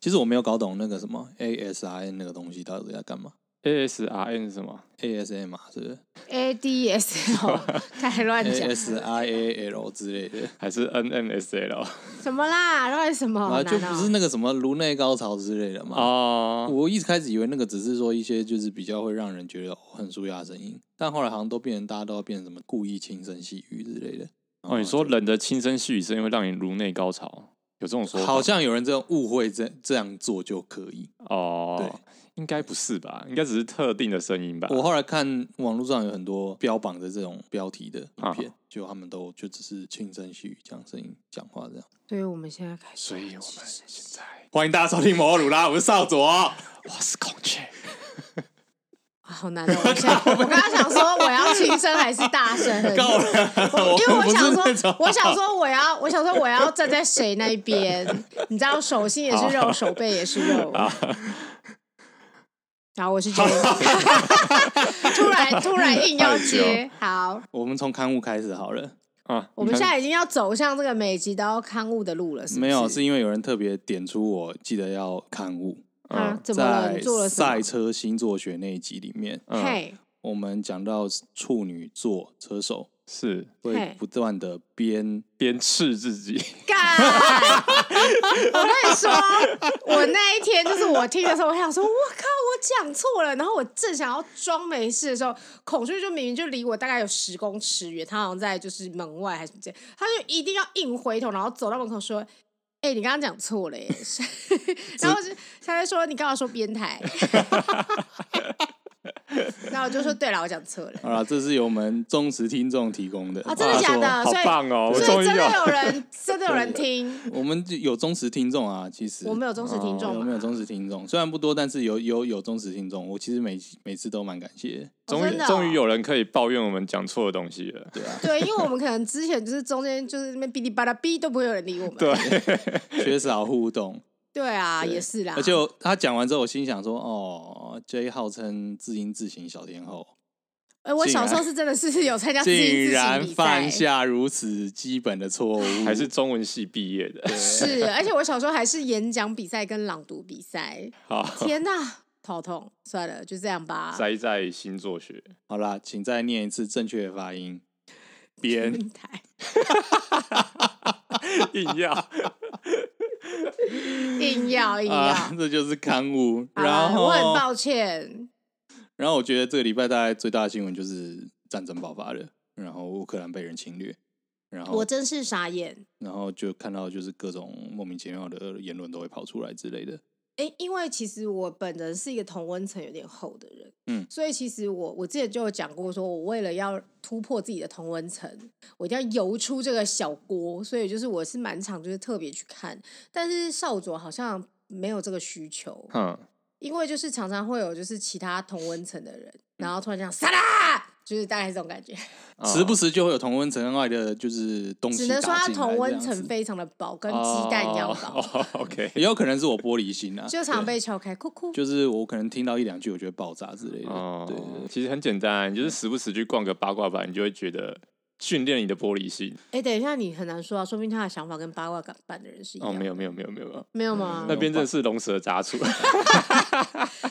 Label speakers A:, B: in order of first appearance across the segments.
A: 其实我没有搞懂那个什么 ASIN 那个东西到底在干嘛
B: ，ASRN 是什么？
A: ，ASM 嘛，是不是
C: ADSL，太哦乱讲了
A: ？ASIAL 之类的，
B: 还是 NMSL？
C: 什么啦，乱什么？好
A: 啊，就
C: 难
A: 不
C: 哦
A: 是那个什么颅内高潮之类的嘛。
B: 哦，
A: 我一开始以为那个只是说一些就是比较会让人觉得哦很舒压的声音，但后来好像都变成大家都要变成什么故意轻声细语之类的。
B: 哦，你说人的轻声细语声音会让你颅内高潮，有这种说法？
A: 哦好像有人这样误会这这样做就可以。
B: 哦
A: 对，
B: 应该不是吧？应该只是特定的声音吧？
A: 我后来看网络上有很多标榜的这种标题的影片，就他们都就只是轻声细语讲声音讲话这样。
C: 所以我们现在开始，
B: 所以我们现在欢迎大家收听《摩尔鲁拉》，我是少佐， 我是孔雀。
C: 啊好难哦。我想， 我刚刚想说我要轻声还是大声，
B: 够了，
C: 因为我想
B: 不是那种
C: 说，我想说我要，我想说我要站在谁那一边？你知道，手心也是肉，手背也是 肉。
B: 啊
C: 然后我是 J，突然突然硬要接，
B: 哎
C: 好，
A: 我们从刊物开始好了，
B: 啊，
C: 我们
B: 你
C: 现
B: 看
C: 在已经要走向这个每集都要刊物的路了，是不
A: 没有是因为有人特别点出我记得要刊物，
C: 啊？怎么了？
A: 在
C: 你做了什
A: 赛
C: 么？嗯
A: 车星座学那一集里面，
B: 嗯
C: 嘿，
A: 我们讲到处女座车手
B: 是
A: 会
C: 嘿
A: 不断的编
B: 鞭笞自己，
C: 干！我跟你说，我那一天就是我听的时候，我想说，我靠，我讲错了。然后我正想要装没事的时候，孔雀就明明就离我大概有十公尺远，他好像在就是门外还是什么之类，他就一定要硬回头，然后走到门口说：“哎、你刚刚讲错了耶！” 然后我就他就说：“你刚刚说编台。” 然后我就说：“对了，我讲错了。”
A: 好啦，这是由我们忠实听众提供的。
C: 啊真的假 的
B: 哇好
C: 所以
B: 棒哦！我
C: 所
B: 终
C: 以
B: 于
C: 真的
B: 有
C: 有人，真的有人听。
A: 我们就有忠实听众啊，其实哦
C: 我们有忠实听众
A: 有
C: 嘛
A: 没有忠实听众？虽然不多，但是有有有忠实听众，我其实每每次都蛮感谢。
B: 终
C: 真
B: 于
C: 的哦
B: 终于有人可以抱怨我们讲错的东西了。
C: 对，因为我们可能之前就是中间就是那边哔哩吧啦哔都不会有人理我们。
B: 对，
A: 缺少互动，
C: 对啊，
A: 对
C: 也是啦。
A: 而且我他讲完之后，我心想说，哦，J 号称字音字形小天后，
C: 哎，我小时候是真的是有参加自己
A: 竟
C: 自行
A: 然
C: 比
A: 犯
C: 赛，
A: 下如此基本的错误，
B: 还是中文系毕业的，
C: 是，而且我小时候还是演讲比赛跟朗读 比赛。
B: 好，
C: 天哪，头痛，算了，就这样吧。
B: 栽在星座学。
A: 好啦，请再念一次正确的发 音。编
C: 平台
B: 硬 要。
C: 硬要硬要。
A: 啊，这就是刊 物。
C: 好啦
A: 然后
C: 我很抱歉，
A: 然后我觉得这个礼拜大概最大的新闻就是战争爆发了，然后乌克兰被人侵略，然后
C: 我真是傻眼。
A: 然后就看到就是各种莫名其妙的言论都会跑出来之类的。
C: 哎、因为其实我本人是一个同温层有点厚的人，
A: 嗯
C: 所以其实我我之前就有讲过，说我为了要突破自己的同温层，我一定要游出这个小锅，所以就是我是满场就是特别去看，但是少佐好像没有这个需求，
B: 嗯，
C: 因为就是常常会有就是其他同温层的人，然后突然这样
A: 嗯
C: 杀啦，就是大概是这种感觉，
B: 啊
A: 时不时就会有同温层外的，就是东西
C: 只能说
A: 打
C: 他
A: 进来
C: 同温
A: 这样
C: 层
A: 子
C: 非常的薄，跟鸡蛋一样薄，
B: 哦 OK，
A: 也有可能是我玻璃心啊，
C: 就常被敲开，哭哭。
A: 就是我可能听到一两句，我觉得爆炸之类的。
B: 哦嗯
A: 对对对，
B: 其实很简单，你就是时不时去逛个八卦版，你就会觉得训练你的玻璃心。
C: 哎、等一下，你很难说啊，说不定他的想法跟八卦感版的人是一样
B: 哦，
C: 的。
B: 没有没有没有没有，
C: 没有吗？
B: 那边真的是龙蛇杂处。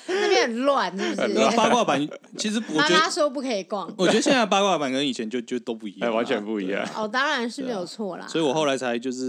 C: 那边很乱，是不是？
A: 然后啊八 卦版其实我
C: 妈
A: 觉
C: 妈
A: 得，
C: 说不可以逛。
A: 我觉得现在的八卦版跟以前就就都不一样
B: 哎，
A: 啊，
B: 完全不一样。
C: 哦，当然是没有错啦。
A: 对。所以我后来才就是，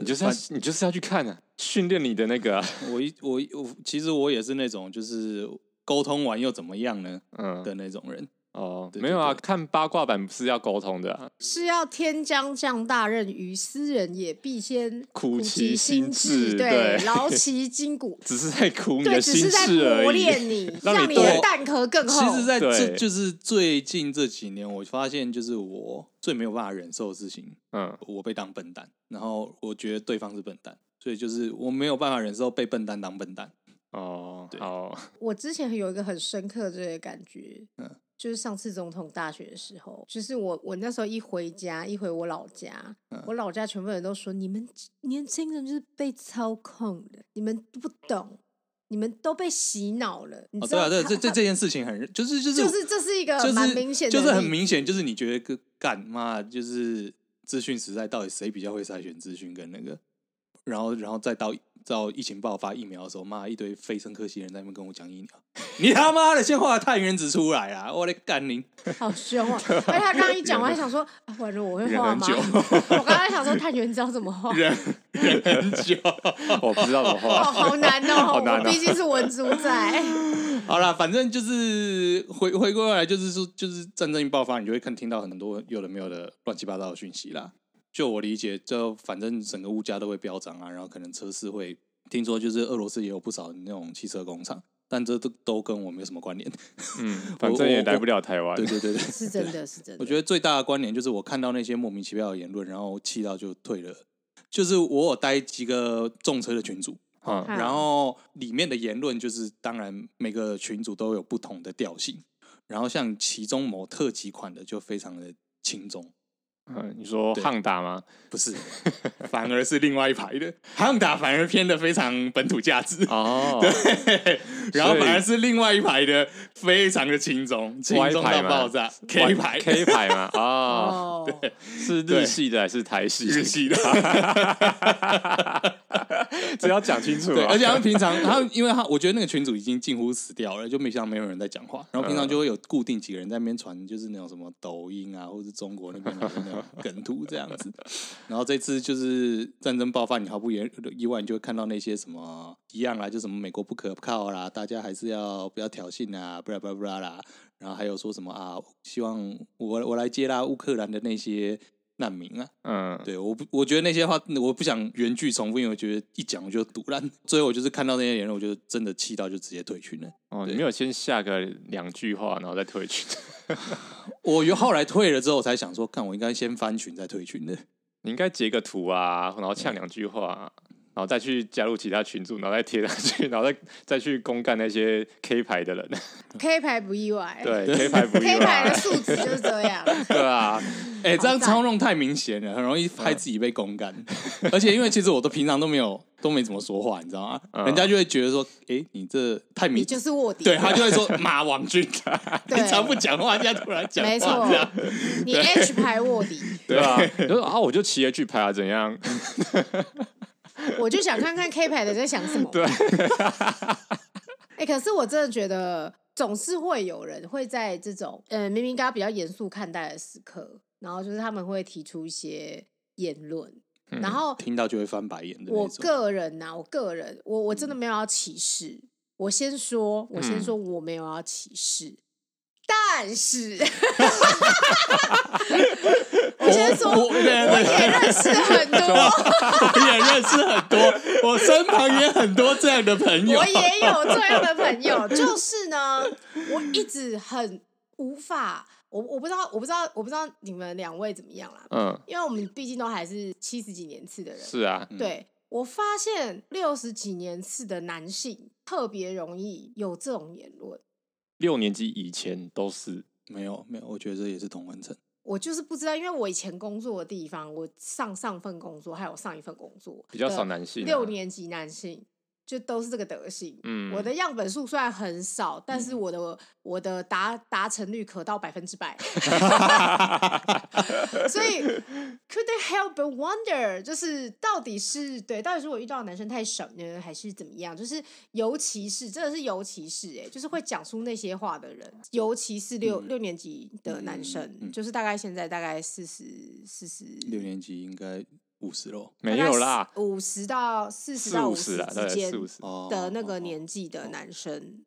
B: 你就是要你就是要去看啊，训练你的那 个啊，
A: 我一我一我其实我也是那种就是沟通完又怎么样呢
B: 嗯，
A: 的那种人，
B: 哦，
A: 对对
B: 没有啊，看八卦版不是要沟通的啊，
C: 是要天将降大任于斯人也，必先
B: 苦其
C: 其
B: 心志
C: 志，
B: 对，
C: 对，劳其筋骨
B: 只是在苦你
C: 对，
B: 的
C: 只是
B: 心
C: 在
B: 事
C: 磨
B: 而已。
C: 练你，
B: 让你
C: 让你
B: 对
C: 的蛋壳更
A: 其
C: 厚。
A: 实，在这
B: 对
A: 就是最近这几年，我发现就是我最没有办法忍受的事情，
B: 嗯，
A: 我被当笨蛋，然后我觉得对方是笨蛋，所以就是我没有办法忍受被笨蛋当笨蛋。
B: 哦，
A: 对
B: 好，
C: 我之前有一个很深刻的这个感觉，
A: 嗯
C: 就是上次总统大学的时候，就是我我那时候一回家，一回我老家，
A: 嗯
C: 我老家全部人都说你们年轻人就是被操控的，你们不懂，你们都被洗脑了，你
A: 哦，
C: 知
A: 对啊，
C: 道
A: 对，
C: 他？
A: 这 这这件事情很就是就是
C: 就是这是一个
A: 就是
C: 蛮明显的
A: 就是很
C: 例
A: 明显，就是你觉得个干妈就是资讯时代到底谁比较会筛选资讯跟那个，然后然后再到到疫情爆发疫苗的时候，妈一堆非生科系人在那边跟我讲疫苗， 你他妈的先画碳原子出来啦！我的干你！
C: 好凶啊！而且他刚刚一讲，我还想说，啊，完了，我会
B: 忍
C: 画
B: 很
C: 吗？
B: 久
C: 我刚刚想说，看原知道怎么画，
B: 忍忍很久， 我不知道怎么
C: 哦，
B: 画。
C: 好难 哦，
B: 好难哦
C: 我毕竟是文主仔。
A: 好啦，反正就是回回过来，就是说，就是战争一爆发，你就会看听到很多有的没有的乱七八糟的讯息啦。就我理解，就反正整个物价都会飙涨啊，然后可能车市会，听说就是俄罗斯也有不少那种汽车工厂，但这都都跟我没有什么关联。
B: 嗯，反正也来不了台湾嗯
A: 对。对对对，
C: 是真的，是真
A: 我
C: 的。
A: 觉得最大的关联就是我看到那些莫名其妙的言论，然后气到就退了。就是我有待几个重车的群组，
B: 嗯
C: 啊
A: 然后里面的言论就是，当然每个群组都有不同的调性。然后像其中某特级款的就非常的轻松，
B: 嗯，你说
A: 对
B: 汉达吗？
A: 不是，反而是另外一排的汉达反而偏的非常本土价值，
B: 哦，
A: 然后
B: 所以
A: 反而是另外一排的非常的轻松，轻
B: Y
A: 松
B: 牌
A: 到
B: 吗
A: 爆炸，K 牌
B: K 牌嘛，哦，
C: 哦，
B: 是
A: 啊对
B: 日系的还是台系？
A: 日系的。
B: 只要讲清楚啊。
A: 对，而且他们平常，他们因为他，我觉得那个群主已经近乎死掉了，就没像没有人在讲话。然后平常就会有固定几个人在那边传，就是那种什么抖音啊，或是中国那边的那种梗图这样子。然后这次就是战争爆发，你毫不意意外，你就会看到那些什么一样啦，就什么美国不可靠啦，大家还是要不要挑衅啊，不啦不啦不啦啦。然后还有说什么啊，希望我我来接啦乌克兰的那些难民啊，
B: 嗯，
A: 对，我不，我觉得那些话我不想原句重复，因为我觉得一讲我就堵烂。最后我就是看到那些言论，我就真的气到就直接退群了。
B: 哦，
A: 对
B: 你没有先下个两句话，然后再退群。
A: 我有后来退了之后，我才想说，看我应该先翻群再退群的。
B: 你应该截个图啊，然后呛两句话啊、然后再去加入其他群组，然后再贴上去， 然后再再去公干那些 K 牌的人。
C: K 牌不意外，
B: 对 K 牌不意
C: 哎，K 牌
B: 外
C: 的，素质就是这样。
B: 对 啊，
A: 哎、这样
C: 好赞嗯
A: 操弄太明显了，很容易害自己被公干。 而且因为其实我都平常都没有都没怎么说话，你知道吗？
B: 嗯
A: 人家就会觉得说，哎、你这太
C: 你
A: 明，
C: 就是卧底，
A: 对他就会说马王俊， 平常不讲话，现在突然讲
C: 没
A: 话
C: 错
A: 这样。，
C: 你 H 牌卧底，
B: 对啊，你说啊，我就骑 H 牌啊，怎样？
C: 我就想看看 K 牌的在想什么。
B: 对，
C: 哎、可是我真的觉得，总是会有人会在这种呃明明跟他比较严肃看待的时刻，然后就是他们会提出一些言论，然后
A: 听到就会翻白眼的那
C: 我
A: 种。嗯
C: 个人呐、我个人，我我真的没有要歧视。我先说，我先
B: 嗯
C: 说，我没有要歧视，但是 我先说，
A: 我
C: 我
A: 对对对
C: 也 认识很多，
A: 我也认识很多，我身旁也很多这样的朋友
C: 我。也有这样的朋友。就是呢，我一直很无法，我我不知道，我不知道，我不知道你们两位怎么样啦，
B: 嗯，
C: 因为我们毕竟都还是七十几年次的人，
B: 是啊，
C: 对我发现六十几年次的男性特别容易有这种言论，
B: 六年级以前都是，
A: 没有没有，我觉得这也是同温层。
C: 我就是不知道，因为我以前工作的地方，我上上份工作还有上一份工作
B: 比较
C: 的
B: 少男性啊
C: 六年级男性就都是这个德性。
B: 嗯，
C: 我的样本数虽然很少，但是我的、我的达达成率可到百分之百， 所 以 couldn't help but wonder，就是到底是对，到底是我遇到的男生太少呢，还是怎么样？就是尤其是真的是尤其是哎、就是会讲出那些话的人，尤其是六、
A: 嗯
C: 六年级的男生，
A: 嗯嗯嗯
C: 就是大概现在大概四十四十
A: 六年级应该五十咯。
B: 没有啦，
C: 五十到四十
B: 四
C: 到
B: 五
C: 五
B: 十啦，
C: 之
B: 对，
C: 间
B: 四五十，
A: 哦
C: 的那个，年纪的男生，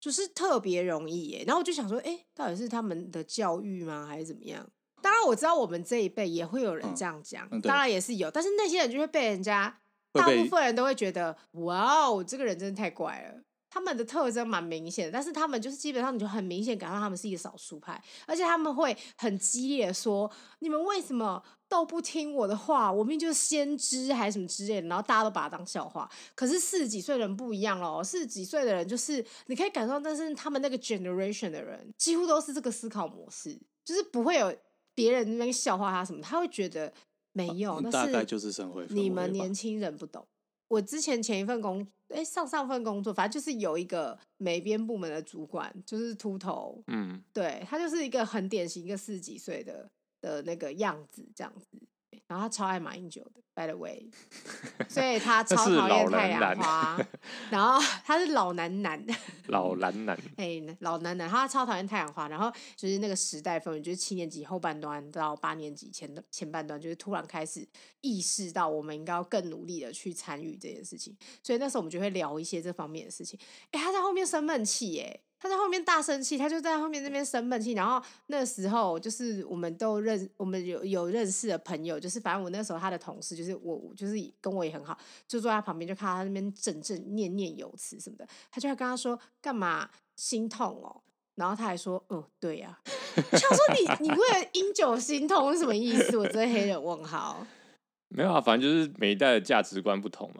C: 就是特别容易耶。然后我就想说，哎，到底是他们的教育吗，还是怎么样？当然我知道我们这一辈也会有人这样讲，
A: 嗯对
C: 当然也是有，但是那些人就会被人家，
A: 会
C: 大
A: 被
C: 部分人都会觉得，哇哦，这个人真的太怪了。他们的特征蛮明显的，但是他们就是基本上你就很明显感到他们是一个少数派，而且他们会很激烈的说：“你们为什么都不听我的话？我明明就是先知还是什么之类的。”然后大家都把它当笑话。可是四十几岁的人不一样喽，四十几岁的人就是你可以感受到，但是他们那个 generation 的人几乎都是这个思考模式，就是不会有别人那边笑话他什么，他会觉得没有，
A: 啊哦嗯大
C: 那
A: 概
C: 是
A: 就是社会氛围吧。
C: 你们年轻人不懂。我之前前一份工，哎，上上份工作，反正就是有一个美编部门的主管，就是秃头，
B: 嗯，
C: 对他就是一个很典型一个四十几岁的的那个样子，这样子。然后他超爱马英九的，by the way，所 以他
B: 这
C: 超
B: 是
C: 讨
B: 老
C: 厌太
B: 男
C: 阳
B: 男
C: 花，然后他是老男男，
B: 老男男，
C: 哎、老男男，他超讨厌太阳花，然后就是那个时代风云，就是七年级后半段到八年级前段前半段，就是突然开始意识到我们应该要更努力的去参与这件事情，所以那时候我们就会聊一些这方面的事情。哎、他在后面生闷气，哎，他在后面大生气，他就在后面那边生闷气。然后那时候就是我们都认，我们有有认识的朋友，就是反正我那时候他的同事，就是我我就是跟我也很好，就坐在他旁边，就看他那边振振念念有词什么的，他就要跟他说干嘛心痛哦。然后他还说：“嗯，对呀、我想说你你为了英九心痛是什么意思？我真的黑人问号。
B: 没有啊，反正就是每一代的价值观不同嘛，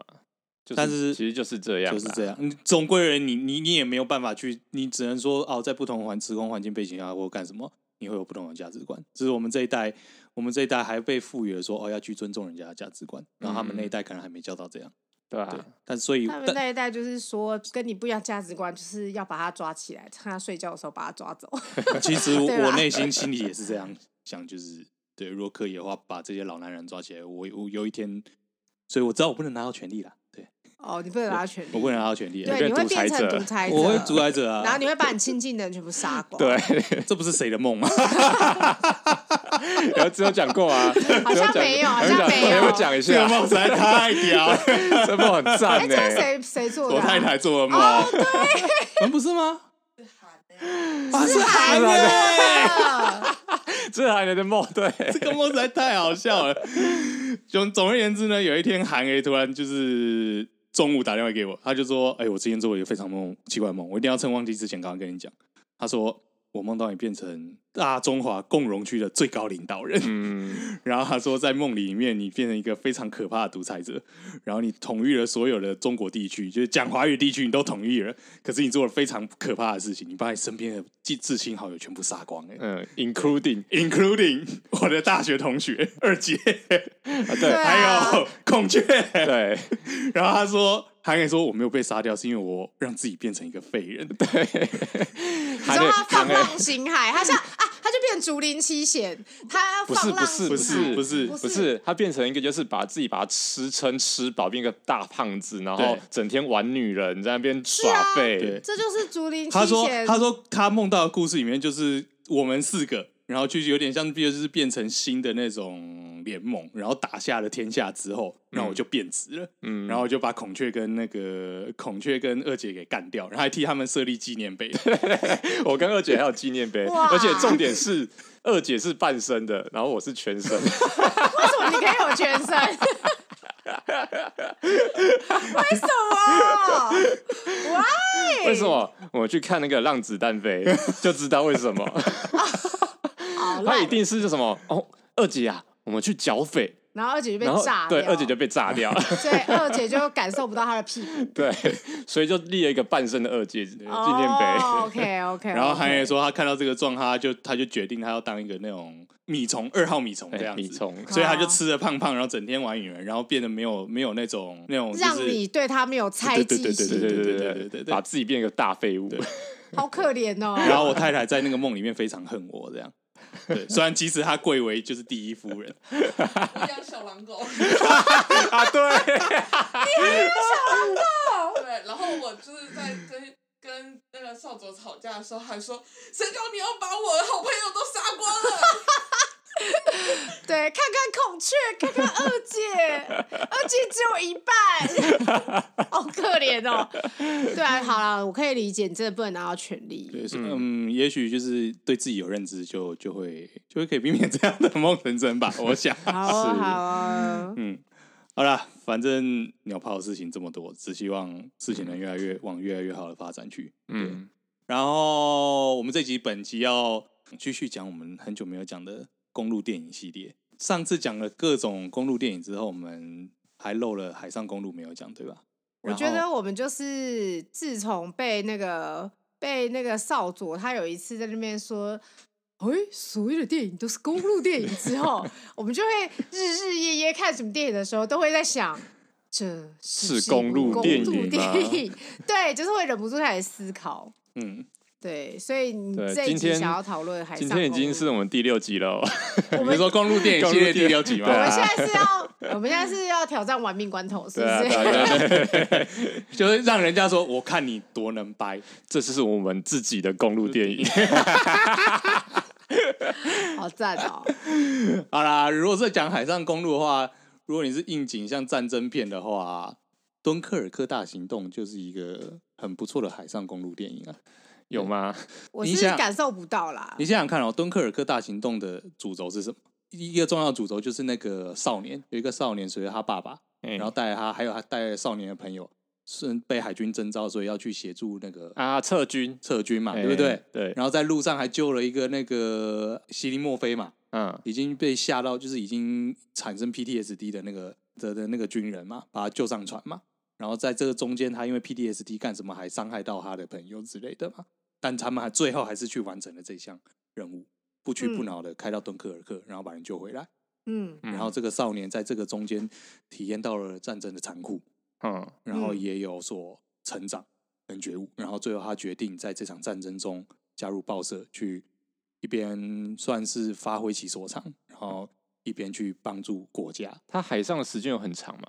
B: 就是
A: 但是
B: 其实就是这样，
A: 就是这。样。啊你总归人，你你你也没有办法去，你只能说哦，在不同环时空环境背景啊下或干什么，你会有不同的价值观。只是我们这一代，我们这一代还被赋予了说哦要去尊重人家的价值观，然后他们那一代可能还没教到这样。
B: 对
A: 对
B: 啊，，
A: 但所以
C: 他们
A: 但
C: 那一代就是说，跟你不一样价值观，就是要把他抓起来，趁他睡觉的时候把他抓走。
A: 其实
C: 对啦
A: 我内心心里也是这样想，就是对，如果可以的话，把这些老男人抓起来，我我有一天，所以我知道我不能拿到权利啦，对
C: 哦，你不能拿他权
A: 我
C: 利，
A: 不能拿到权利，
C: 对，你
B: 我
C: 会
B: 变
C: 变
B: 独裁
C: 成
B: 者
C: 独裁者，
A: 我会主宰者
C: 然后
A: 啊，
C: 你会把你亲近的人全部杀光。
B: 对，
A: 这不是谁的梦 吗？
B: 然后 只有讲过啊，
C: 好像没有好像没有
B: 有讲 一
A: 啊 这
B: 下
A: 个，梦实在太屌 了，
B: 这梦很
C: 哎，
B: 赞
C: 这是
B: 呢。
C: 谁谁做的
A: 我
C: 啊？
A: 太太做的梦， 嗯不是吗？啊是韩
C: 韩的
A: 的，
B: 这还有的梦，对，
A: 这个梦实在太好笑了。总总而言之呢，有一天韩 A 突然就是中午打电话给我，他就说：“哎、我之前做了一个非常梦奇怪的梦，我一定要趁忘记之前赶快跟你讲。”他说：“我梦到你变成大中华共荣区的最高领导人。”
B: 嗯，
A: 然后他说，在梦里面你变成一个非常可怕的独裁者，然后你统一了所有的中国地区，就是讲华语地区你都统一了，可是你做了非常可怕的事情，你把你身边的至至亲好友全部杀光了、
B: 嗯，including
A: i n c l u d i n g 我的大学同学二姐，
B: 啊，
C: 对
B: 对
C: 啊
A: 还有孔雀。
B: 对，
A: 然后他说，韩磊说我没有被杀掉，是因为我让自己变成一个废人。
C: 你说他放浪形骸，他像啊，他就变竹林七贤，他
B: 不是
C: 放浪
B: 不
A: 不
B: 是
C: 形骸
A: 是不是
C: 不
B: 不是，他变成一个就是把自己把它吃撑吃饱，变一个大胖子，然后
A: 对
B: 整天玩女人，在那边
C: 啊
B: 耍废
A: 对，
C: 这就是竹林七
A: 他说
C: 贤。：“
A: 他说他梦到的故事里面就是我们四个，然后就有点像就是变成新的那种联盟，然后打下了天下之后，然后我就变质了，
B: 嗯，
A: 然后我就把孔雀跟那个孔雀跟二姐给干掉，然后还替他们设立纪念碑。
B: 我跟二姐还有纪念碑，
C: 哇
B: 而且重点是二姐是半身的，然后我是全身，
C: 为什么你可以有全身？ 为什么？喂，
B: 为什？么？我去看那个《让子弹飞》就知道为什么，
C: 好
B: 他
C: 烂
B: 一！定是是什么哦，二姐啊，我们去剿匪，
C: 然后二姐就被
B: 然后
C: 炸掉，
B: 对，二姐就被炸掉，
C: 所以二姐就感受不到她的屁股
B: 对，所以就立了一个半身的二姐 纪念碑。
C: OK OK，
A: 然后韩磊说他看到这个状况，他就他就决定他要当一个那种米虫二号米虫这
B: 哎
A: 样子。
B: 米虫
A: 所以他就吃的胖胖，然后整天玩女人，然后变得没有没有那种那种、就是、
C: 让你对他没有猜
A: 对对
C: 忌
A: 对
B: 对
C: 心，
B: 对对
A: 对对
B: 对对
A: 对
B: 对，
A: 对
B: 把自己变一个大废物，
C: 好可怜哦。
A: 然后我太太在那个梦里面非常恨我，这样。对，虽然其实她贵为就是第一夫人，
D: 我养小狼狗，
B: 啊，对，
D: 对，然后我就是在跟跟那个少佐吵架的时候，还说谁叫你要把我的好朋友都杀光了？
C: 对，看看孔雀，看看二姐，二姐只有一半， 好可怜哦。对啊，好了，我可以理解，你真的不能拿到权利。
A: 对，所以嗯，也许就是对自己有认知就，就会就会可以避免这样的梦成真吧，我想。
C: 好哦，
B: 是
C: 好哦。
A: 嗯，好啦，反正鸟炮的事情这么多，只希望事情能越来越往越来越好的发展去。
B: 嗯，
A: 然后我们这集本集要继续讲我们很久没有讲的公路电影系列。上次讲了各种公路电影之后，我们还漏了海上公路没有讲，对吧？
C: 我觉得我们就是自从被那个被那个少佐他有一次在那边说，哎，所谓的电影都是公路电影之后，我们就会日日夜夜看什么电影的时候，都会在想。这是不
B: 是
C: 一部
B: 公路
C: 公
B: 电
C: 路
B: 影吗
C: 电影对，就是会忍不住开始思考。
A: 嗯，
C: 对，所以你
B: 对
C: 这一
B: 今
C: 集
B: 天
C: 想要讨论海上
B: 今天已
C: 公
B: 经
C: 路
B: 是我们第六集了哦，
A: 我们说公路电影系列第六 集
C: 我
B: 对
C: 们
A: 嘛
B: 啊，
C: 现在是要，我们现在是要挑战玩命关头，是
B: 对
C: 不
B: 啊，对啊
C: 是？
B: 对啊，对啊
A: 就是让人家说我看你多能掰，
B: 这就是我们自己的公路电影。
C: 好赞哦！
A: 好啦，如果是讲海上公路的话，如果你是应景像战争片的话，《敦刻尔克大行动》就是一个很不错的海上公路电影啊。
B: 有吗？
C: 我
A: 你
C: 是
A: 想
C: 感受不到啦
A: 你，想想看哦，《敦刻尔克大行动》的主轴是什么？一个重要的主轴就是那个少年，有一个少年随着他爸爸，然
B: 然
A: 后带着他，还有他带着少年的朋友，是被海军征召，所以要去协助那个
B: 啊，撤军，
A: 撤军嘛，
B: 哎
A: 对不对？？
B: 对，
A: 然后在路上还救了一个那个西林墨菲嘛，
B: 嗯，
A: 已经被吓到，就是已经产生 PTSD 的那个的的那个军人嘛，把他救上船嘛。然后在这个中间，他因为 PTSD 干什么，还伤害到他的朋友之类的嘛。但他们还最后还是去完成了这项任务，不屈不挠的开到敦刻尔克，然后把人救回来。
C: 嗯，
B: 嗯
A: 然后这个少年在这个中间体验到了战争的残酷，
B: 嗯，
A: 然后
C: 嗯
A: 也有所成长跟觉悟，然后最后他决定在这场战争中加入报社，去一边算是发挥其所长，然后一边去帮助国家
B: 它海上的时间有很长吗？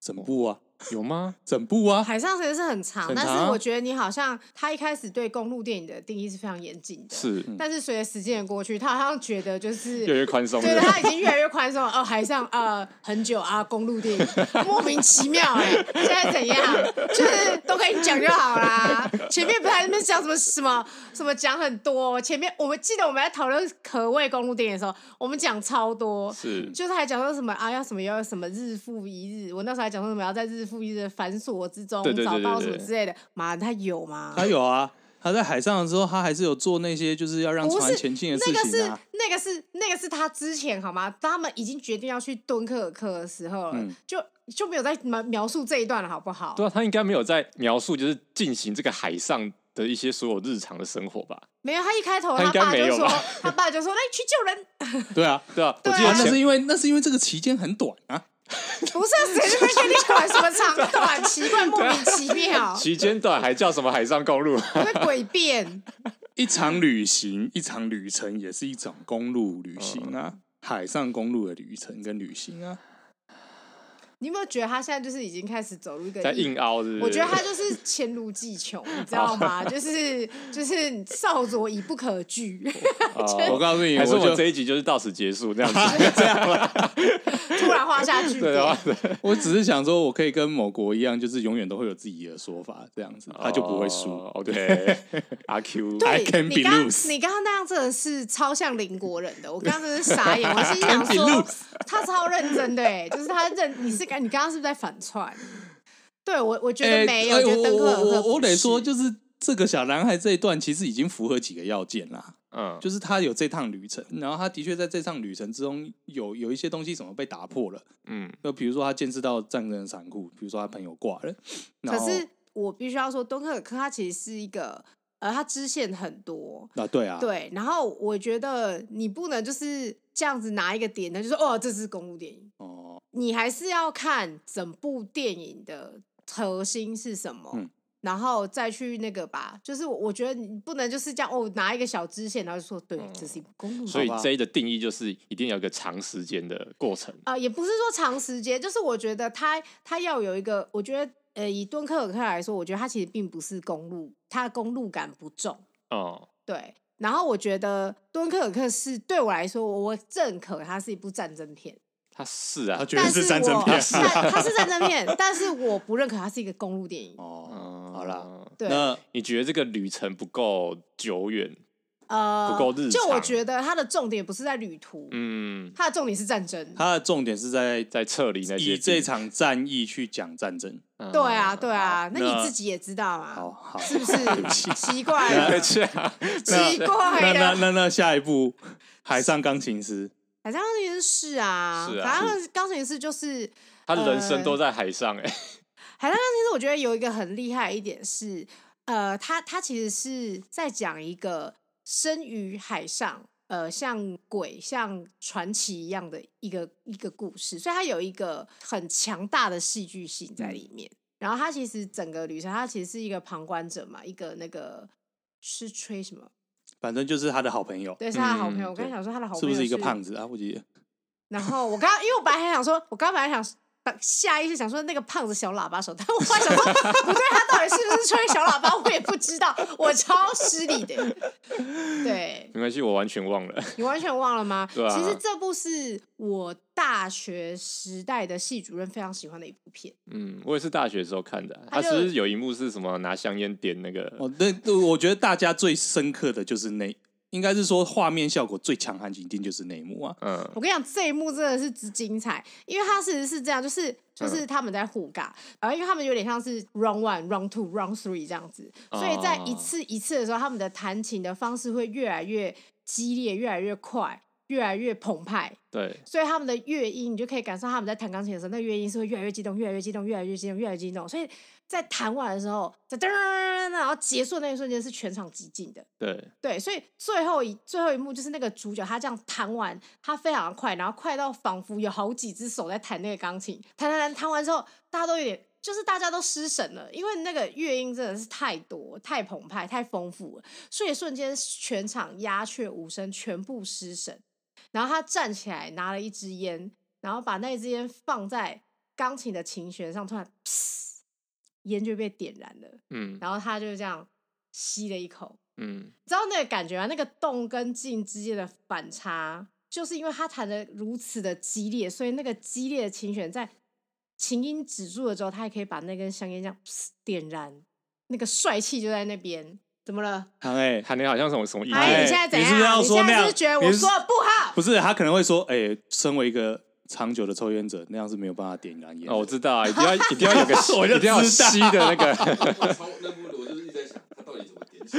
A: 整
C: 哦
A: 部啊，
B: 有吗？
A: 整部啊，
C: 海上时间是很长，
A: 很
C: 但
A: 长啊
C: 是我觉得你好像他一开始对公路电影的定义是非常严谨的，
B: 是
C: 但是随着时间的过去，他好像觉得就是
B: 越来越宽松
C: 对啊
B: 了。
C: 他已经越来越宽松了。哦，海上呃很久啊，公路电影莫名其妙哎、现在怎样？就是都跟你讲就好啦。前面不还在那边讲什么什么什么讲很多，前面我们记得我们在讨论可谓公路电影的时候，我们讲超多。
B: 是
C: 就是还讲说什么啊，要什么要什么日复一日，我那时候还讲说什么要在日复一日的繁琐之中
B: 对对对
C: 找
B: 对
C: 到
B: 对
C: 什么
B: 对
C: 之类的，妈，他有吗？
A: 他有啊，他在海上的时候，他还是有做那些就是要让
C: 不
A: 船
C: 是
A: 前进的
C: 那个
A: 事情
C: 是
A: 啊。
C: 那个是那个是他之前好吗？他们已经决定要去敦刻尔克的时候了，
A: 嗯
C: 就就没有再描描述这一段了，好不好？
B: 对啊，他应该没有在描述，就是进行这个海上的一些所有日常的生活吧？
C: 没有，他一开头
B: 他应该
C: 爸
B: 没
C: 就
B: 有
C: 说
B: 吧，
C: 他爸就说来去救人，
A: 对啊，
B: 对啊，我
C: 对啊
B: 记
A: 啊
B: 得
A: 那
B: 前
A: 是因为那是因为这个期间很短啊，
C: 不是谁就会跟你管什么
B: 啊
C: 长短，奇怪莫名其妙，
B: 期间短还叫什么海上公 路？
C: 会诡辩。
A: 一场旅行，一场旅程也是一种公路旅行
C: 哦
A: 啊，海上公路的旅程跟旅行啊。
C: 你有没有觉得他现在就是已经开始走入一个
B: 在硬凹是不是？
C: 我觉得他就是黔驴 技穷，你知道吗？就是就是少佐已不可 拒，哎
B: 哦
A: 我告诉你，
B: 还是我
A: 就
B: 们这一集就是到此结束这样子？
C: 突然画下句
B: 对啊的
C: 点
B: 话。，
A: 我只是想说，我可以跟某国一样，就是永远都会有自己的说法，这样子他就不会输。
B: 哦 OK，阿 Q，
C: 对
A: I can
C: 你
A: be
C: 刚
A: loose
C: 你刚刚那样真的是超像邻国人的，我刚刚真的是 傻眼，我心
A: I
C: 想
A: can be
C: 说
A: loose
C: 他超认真的哎，就是他认你是刚你刚刚是不是在反串？对我我觉
A: 哎
C: 得没有，
A: 哎
C: 我觉得
A: 我
C: 登克尔
A: 我
C: 克
A: 我我得说，
C: 是
A: 就是这个小男孩这一段其实已经符合几个要件啦，
B: 嗯，
A: 就是他有这趟旅程，然后他的确在这趟旅程之中有有一些东西怎么被打破了，
B: 嗯，
A: 就比如说他见识到战争的残酷，比如说他朋友挂了，然
C: 可
A: 后
C: 是我必须要说，敦刻尔克它其实是一个呃，它支线很多，
A: 啊对啊，
C: 对，然后我觉得你不能就是这样子拿一个点，他就说哦，这是公路电影，
A: 哦
C: 你还是要看整部电影的核心是什么，
A: 嗯
C: 然后再去那个吧。就是我我觉得你不能就是这样哦，拿一个小支线，然后就说对，这是一部公路
B: 哦所以
C: 片
A: 好吧
B: J 的定义就是一定要有一个长时间的过程。
C: 啊、也不是说长时间，就是我觉得它它要有一个，我觉得呃，以敦刻尔克来说，我觉得它其实并不是公路，它的公路感不重，
B: 哦，
C: 对。然后我觉得《敦刻尔克》是对我来说，我我认可它是一部战争片，
B: 他是啊
A: 他，觉得
C: 但是
A: 战争
C: 我
A: 片
C: 但它是战争片，但是我不认可它是一个公路电影。
A: 哦，
B: 嗯，
A: 好啦，
C: 对，
A: 那
B: 你觉得这个旅程不够久远？
C: 呃，
B: 不够日
C: 就我
B: 常
C: 觉得它的重点不是在旅途，
B: 嗯，
C: 它的重点是战争。
A: 他的重点是在
B: 在撤离那些
A: 以这场战役去讲战争，
B: 嗯
C: 对啊，对啊，那
A: 那
C: 你自己也知道
A: 好
C: 嘛，
A: 好。
C: 是不是？奇怪了，
B: 是啊，
C: 奇
A: 那
C: 怪啊
A: 那
C: 了。
A: 那那下一步《海上钢琴师
C: 反正钢琴师是啊，
B: 是啊
C: 反正钢琴师就是
B: 他人生都在海上哎，
C: 海上钢琴师，我觉得有一个很厉害的一点是，呃，他他其实是在讲一个生于海上，呃，像鬼、像传奇一样的一个一个故事，所以它有一个很强大的戏剧性
A: 嗯
C: 在里面。然后它其实整个旅程，它其实是一个旁观者嘛，一个那个是吹什么？
A: 反正就是他的好朋友，
C: 对，是他的好朋友。
B: 嗯
C: 我刚才想说他的好
A: 是
C: 朋
A: 不
C: 友
A: 是一个胖子啊？我记得
C: 然后我刚刚，因为我本来还想说，我刚刚本来想把下意识想说那个胖子小喇叭手，但我后来想说不对，他到底是不是吹小喇叭，我也不知道，我超失礼的。对
B: 没关系，我完全忘了。
C: 你完全忘了吗？
B: 对啊
C: 其实这部是我大学时代的系主任非常喜欢的一部片，
B: 嗯，我也是大学的时候看的。
C: 他
B: 他
C: 就是
B: 不是有一幕是什么拿香烟点那个？
A: 哦，那我觉得大家最深刻的就是那，应该是说画面效果最强悍，一定就是那一幕啊。
B: 嗯
C: 我跟你讲，这一幕真的是之精彩，因为他其实是这样，就是就是他们在互尬，然后因为他们有点像是 round one、round two、round three 这样子，
B: 哦
C: 所以在一次一次的时候，他们的弹琴的方式会越来越激烈、越来越快、越来越澎湃，
B: 对，
C: 所以他们的乐音你就可以感受到他们在弹钢琴的时候，那乐音是会越来越激动、越来越激动、越来越激动、越来越激动，所以在弹完的时候，在噔，然后结束的那一瞬间是全场激进的。
B: 对，
C: 对，所以最后一最后一幕就是那个主角他这样弹完，他非常快，然后快到仿佛有好几只手在弹那个钢琴，弹弹弹弹完之后，大家都有点就是大家都失神了，因为那个乐音真的是太多、太澎湃、太丰富了，所以瞬间全场鸦雀无声，全部失神。然后他站起来拿了一支烟，然后把那支烟放在钢琴的琴弦上，突然，噗烟就被点燃了，
B: 嗯
C: 然后他就这样吸了一口。
B: 嗯，
C: 知道那个感觉啊，那个动跟静之间的反差，就是因为他弹的如此的激烈，所以那个激烈的琴弦在琴音止住了之后，他也可以把那根香烟这样噗点燃，那个帅气就在那边。怎么了？
A: 唐哎、
B: 喊的好像什么什么意思？
C: 哎，你现
A: 哎
C: 在怎
A: 你
C: 样？
A: 是不是要说
C: 现在
A: 那
C: 是
A: 样
C: 不是觉得
A: 你
C: 我
A: 是
C: 说的不好？
A: 不是他可能会说，哎、身为一个长久的抽烟者，那样是没有办法点燃烟的。
B: 哦，我知道啊，一定要一定要有个吸，
A: 我就
B: 一定要有
A: 知道
B: 吸的那个，
E: 我超那部我就是一直在想，他到底怎么点起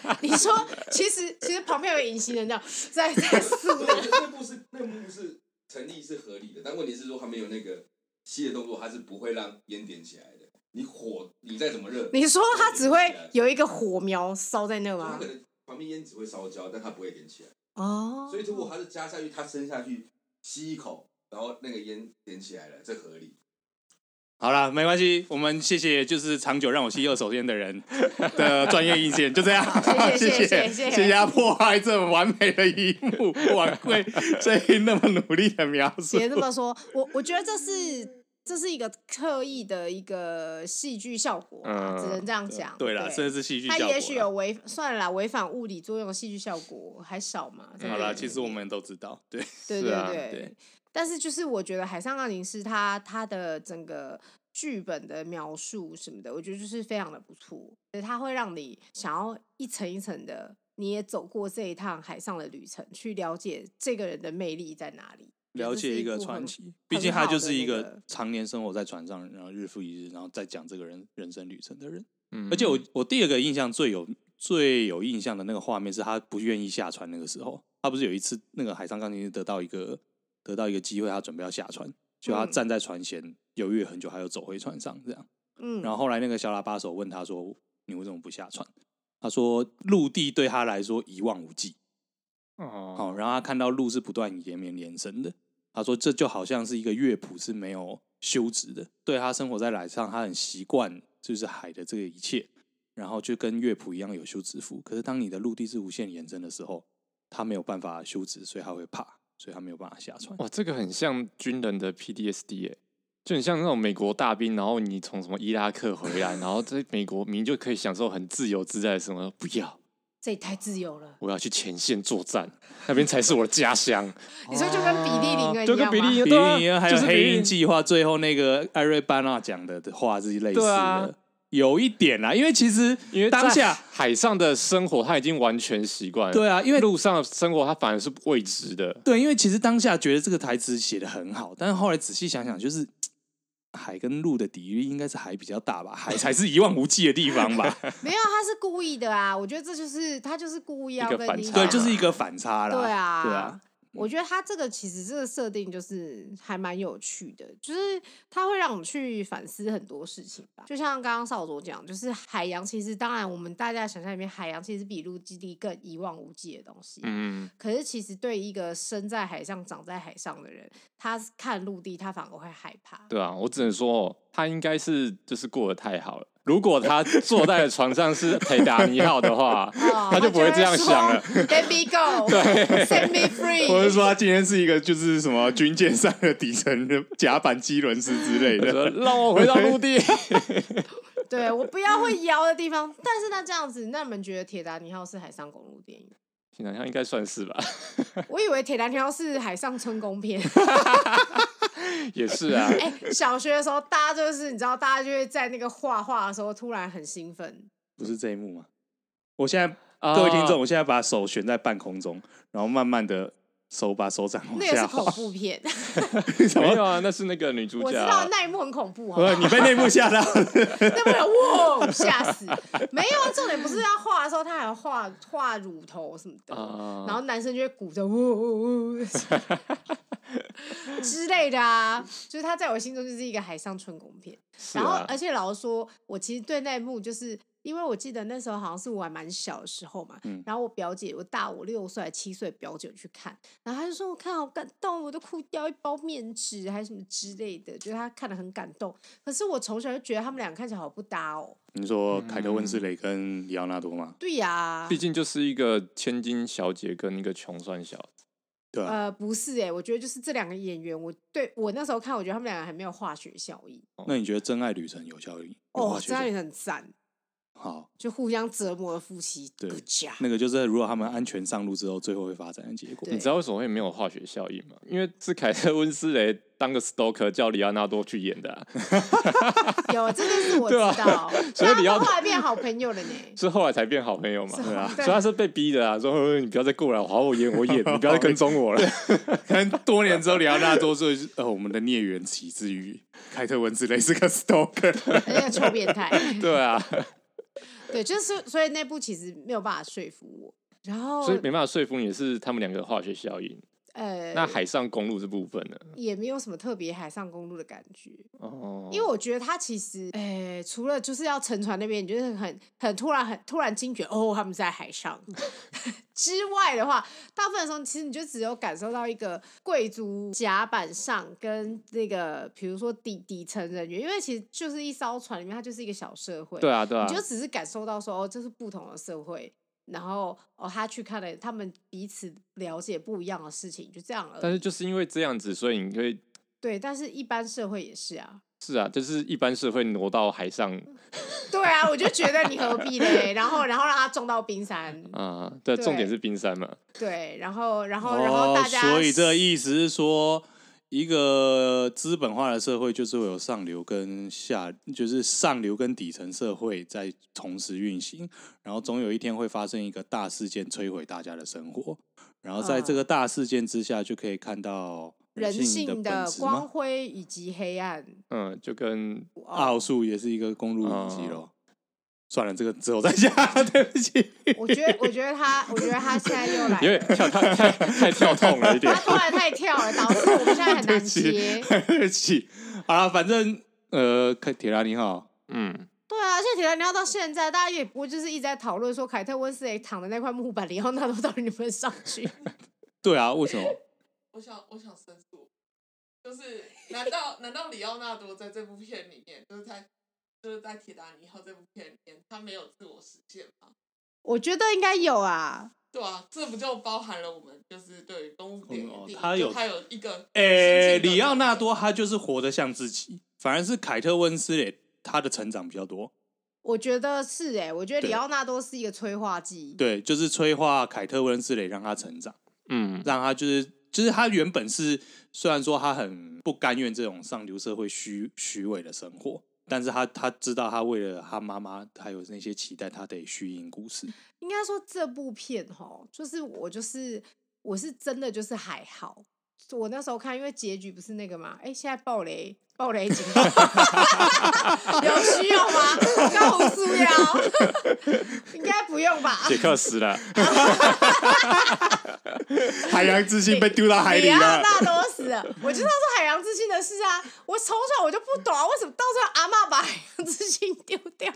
E: 来？
C: 你说，其实其实旁边有个隐形人这样在在
E: 我
C: 诉
E: 觉
C: 你，
E: 得那部是那部是成立是合理的，但问题是说他没有那个吸的动作，他是不会让烟点起来的。你火，你再怎么热，
C: 你说他只会有一个火苗烧在那
E: 他
C: 吗
E: 可？能旁边烟只会烧焦，但他不会点起来。
C: 哦，
E: 所以如果他是加下去，他伸下去吸一口，然后那个烟点起来了，这合理。
A: 好了，没关系，我们谢谢就是长久让我吸二手烟的人的专业意见，就这样， 谢
C: 谢谢谢谢谢谢
A: 谢谢他破坏这完美的一幕，晚会最那么努力的描述
C: 别，这么说，我我觉得这是这是一个刻意的一个戏剧效果啊、
B: 嗯
C: 只能这样讲。
A: 对啦，甚至是戏剧效
C: 它
A: 果啦。
C: 也许有违算了啦，违反物理作用的戏剧效果还少嘛？在
A: 嗯好
C: 那
A: 啦，
C: 里
A: 其实我们都知道，对，
C: 对
B: 是
C: 对
B: 啊
C: 对。
A: 对
C: 但是就是我觉得《海上钢琴师》它它的整个剧本的描述什么的，我觉得就是非常的不错，它会让你想要一层一层的，你也走过这一趟海上的旅程，去了解这个人的魅力在哪里。
A: 了解一
C: 这是
A: 个
C: 部很
A: 传奇，毕竟他就是一
C: 很好的那
A: 个
C: 个
A: 常年生活在船上，然后日复一日，然后再讲这个人人生旅程的人。
B: 嗯
A: 而且我我第二个印象最有最有印象的那个画面是他不愿意下船那个时候，他不是有一次那个海上钢琴师得到一个得到一个机会，他准备要下船，就他
C: 嗯
A: 站在船舷犹豫很久，还有走回船上这样。
C: 嗯，
A: 然后后来那个小喇叭手问他说：“你为什么不下船？”他说：“陆地对他来说一望无际。”
B: 哦，
A: 好、然后他看到路是不断延绵延伸的。他说，这就好像是一个乐谱是没有休止的。对他生活在海上，他很习惯就是海的这个一切，然后就跟乐谱一样有休止符。可是当你的陆地是无限延伸的时候，他没有办法休止，所以他会怕，所以他没有办法下船。
B: 哇，这个很像军人的 PDSD 耶、就很像那种美国大兵，然后你从什么伊拉克回来，然后在美国明明就可以享受很自由自在的生活，不要，
C: 这也太自由
A: 哦
C: 了。
B: 我要去前线作战，那边才是我的家乡。
C: 你说就跟比利林恩一样吗？
B: 就跟比利林
A: 比
B: 对啊
A: 利还
B: 就
A: 有
B: 是比
A: 黑
B: 利
A: 鹰计划，最后那个艾瑞巴纳讲的话是类似
B: 对
A: 的，
B: 啊
A: 有一点啊啦。因为其实
B: 因为
A: 当
B: 在
A: 下
B: 海上的生活他已经完全习惯了，
A: 对啊因为
B: 路上的生活他反而是未知的，
A: 对，因为其实当下觉得这个台词写的很好，但是后来仔细想想，就是海跟陆的抵御力应该是海比较大吧，海才是一望无际的地方吧？
C: 没有，他是故意的啊！我觉得这就是他就是故意要
B: 一个
C: 跟
B: 反
C: 你
B: 差
A: 对，就是一个反差啦。
C: 对啊，
A: 对啊，。
C: 我
B: 嗯
C: 觉得他这个其实这个设定就是还蛮有趣的，就是他会让我们去反思很多事情吧。就像刚刚少佐讲，就是海洋其实当然我们大家想象里面，海洋其实比陆基地更一望无际的东西。
B: 嗯，
C: 可是其实对一个身在海上、长在海上的人，他看陆地，他反而会害怕。
B: 对啊，我只能说哦，他应该是就是过得太好了，如果他坐在床上是 陪达尼号的话，
C: 哦
B: 他就不会这样想了。
C: 他就会说 Let me go，，Set me
A: 我是
C: free。
A: 说他今天是一个就是什么军舰上的底层的甲板机轮师 之类
B: 他
A: 的，
B: 说让我回到陆 地。
C: 对我不要会摇的地方。但是那这样子，那你们觉得《铁达尼号》是海上公路电影？
B: 平常应该算是吧，
C: 我以为《铁达尼号》是海上春宫片。
B: 也是 啊。
C: 哎、小学的时候，大家就是你知道，大家就会在那个画画的时候突然很兴奋。
A: 不是这一幕吗？我现在
B: 啊
A: 各位听众，我现在把手悬在半空中，然后慢慢的手把手
B: 哦
A: 掌往
C: 那个
A: 下
C: 是恐
A: 滑。
C: 怖片，
A: 什
B: 没
A: 么？
B: 有啊，那是那个女主
C: 我知
B: 角
C: 道
B: 啊。
C: 那一幕很恐怖，好不好
A: 呃，你被内幕吓到 了？
C: 那不能哇哦吓死！没有啊，重点不是要画的时候，他还要画画乳头什么的，
B: 啊
C: 然后男生就会鼓着哦呜呜呜哦 之类的啊。就是他在我心中就是一个海上春宫片。
B: 是
C: 然后呃
B: 啊，
C: 而且老实说，我其实对那一幕就是。因为我记得那时候好像是我还蛮小的时候嘛，
A: 嗯
C: 然后我表姐，我大我六岁还七岁表姐去看，然后她就说我看好感动，我都哭掉一包面纸还是什么之类的，就是她看得很感动。可是我从小就觉得他们俩看起来好不搭哦。
A: 你说凯特温斯雷跟里奥纳多吗？
C: 对呀、
B: 毕竟就是一个千金小姐跟一个穷酸小子。
A: 对啊，
C: 呃，不是哎、我觉得就是这两个演员，我对我那时候看，我觉得他们两个还没有化学效应。
A: 那你觉得《真爱旅程》有效益？有
C: 呃哦
A: 化，学
C: 这
A: 效
C: 样
A: 应
C: 也很赞，
A: 好，
C: 就互相折磨的夫妻，
A: 对
C: 不假。
A: 那个就是如果他们安全上路之后，最后会发展的结果
C: 对。
B: 你知道为什么会没有化学效应吗？因为是凯特温斯雷当个 stalker 叫里奥纳多去演的、啊，
C: 有这件事我知
B: 对啊
C: 道，
B: 所以
C: 大家
B: 你要
C: 都后来变好朋友 了呢。
B: 是后来才变好朋友嘛。
C: 是
B: 对啊，所
C: 对
B: 以他是被逼的啊，说呃你不要再过来，好我演我 演，你不要再跟踪我了。
A: 可能多年之后，里奥纳多说：“呃，我们的孽缘起自于凯特温斯雷是个 stalker。
C: 那个臭变态，
B: 对啊，
C: 对，就是所以那部其实没有办法说服我。然后
B: 所以没办法说服你是他们两个的化学效应。
C: 呃，
B: 那海上公路这部分呢？
C: 也没有什么特别海上公路的感觉，
B: 哦，
C: 因为我觉得他其实，诶、除了就是要沉船那边，你就是很很突然很突然惊觉，哦，他们在海 上之外的话，大部分的时候其实你就只有感受到一个贵族甲板上跟那个比如说底底层人员，因为其实就是一艘船里面，它就是一个小社会，
B: 对啊对啊
C: 你，就只是感受到说，哦，这是不同的社会。然后哦，他去看了他们彼此了解不一样的事情，就这样而已。
B: 但是就是因为这样子，所以你可以
C: 对，但是一般社会也是啊，
B: 是啊，就是一般社会挪到海上
C: 对啊，我就觉得你何必嘞？然后，然后让他撞到 冰山，
B: 啊、对，重点
C: 对
B: 是冰山嘛。
C: 对，然后，然后，然后
A: 哦
C: 大，家，
A: 所以这意思是说，一个资本化的社会就是会有上流跟下，就是上流跟底层社会在同时运行，然后总有一天会发生一个大事件摧毁大家的生活，然后在这个大事件之下，就可以看到
C: 嗯人
A: 性
C: 性
A: 本
C: 的
A: 质
C: 光
A: 吗？
C: 辉以及黑暗，
B: 嗯，就跟
A: 奥数也是一个公路影集
B: 哦
A: 咯。算了，这个之后再讲， 对不起。
C: 我觉得，我觉得他，我觉得他现在又来
B: 因为
C: 了，
B: 跳太太太跳痛了一点
C: 他。突然太跳了，导致我们现在 很
A: 对
C: 难
A: 不起
C: 接。，
A: 对不起。好了，反正呃，看铁达尼号，
B: 嗯，
C: 对啊，而且铁达尼号到现在，大家也不会就是一直在讨论说凯特温斯雷躺的那块木板，里奥纳多到底能不能上去？
A: 对啊，为什么？
D: 我想我想申诉，就是难道难道里奥纳多在这部片里面，就是在就是在《铁达尼号》这部片里面，他没有自我实现吗？
C: 我觉得应该有啊，
D: 对啊，这不就包含了我们就是对于动物电影的定义，
A: 哦他有
D: 就他有一个
A: 诶、
D: 心境的
A: 里奥纳多他就是活得像自己，反而是凯特温斯雷他的成长比较多。
C: 我觉得是哎、我觉得里
A: 对
C: 奥纳多是一个催化剂。
A: 对，就是催化凯特温斯雷让他成长，
B: 嗯，
A: 让他就是就是他原本是虽然说他很不甘愿这种上流社会虚虚伪的生活。但是他他知道，他为了他妈妈还有那些期待，他得虚应故事。
C: 应该说这部片哈，就是我就是我是真的就是还好，我那时候看，因为结局不是那个嘛，哎、现在暴雷暴雷警 告，有需要吗？高无素呀， 应该不用吧？
B: 杰克死了，
A: 海洋之心被丢到海里
C: 里奥
A: 了。
C: 纳多死了，我就知道是海洋之心的事啊！我从小我就不懂啊，为什么到最后阿嬷把海洋之心丢掉？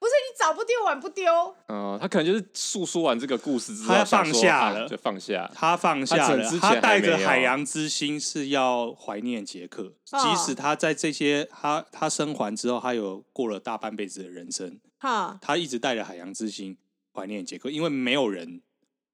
C: 不是你找不丢碗不丢，
B: 嗯、他可能就是诉说完这个故事之后，
A: 他
B: 想
A: 放
B: 说
A: 下
B: 啊
A: 了
B: 就放下。
A: 他放下
B: 他
A: 了
B: 之，前
A: 他
B: 还
A: 带着
B: 没有
A: 海洋之心是要怀念杰克，
C: 哦
A: 即使他在这些他他生还之后，他有过了大半辈子的人生，
C: 哈，
A: 他一直带着海洋之心怀念杰克，因为没有人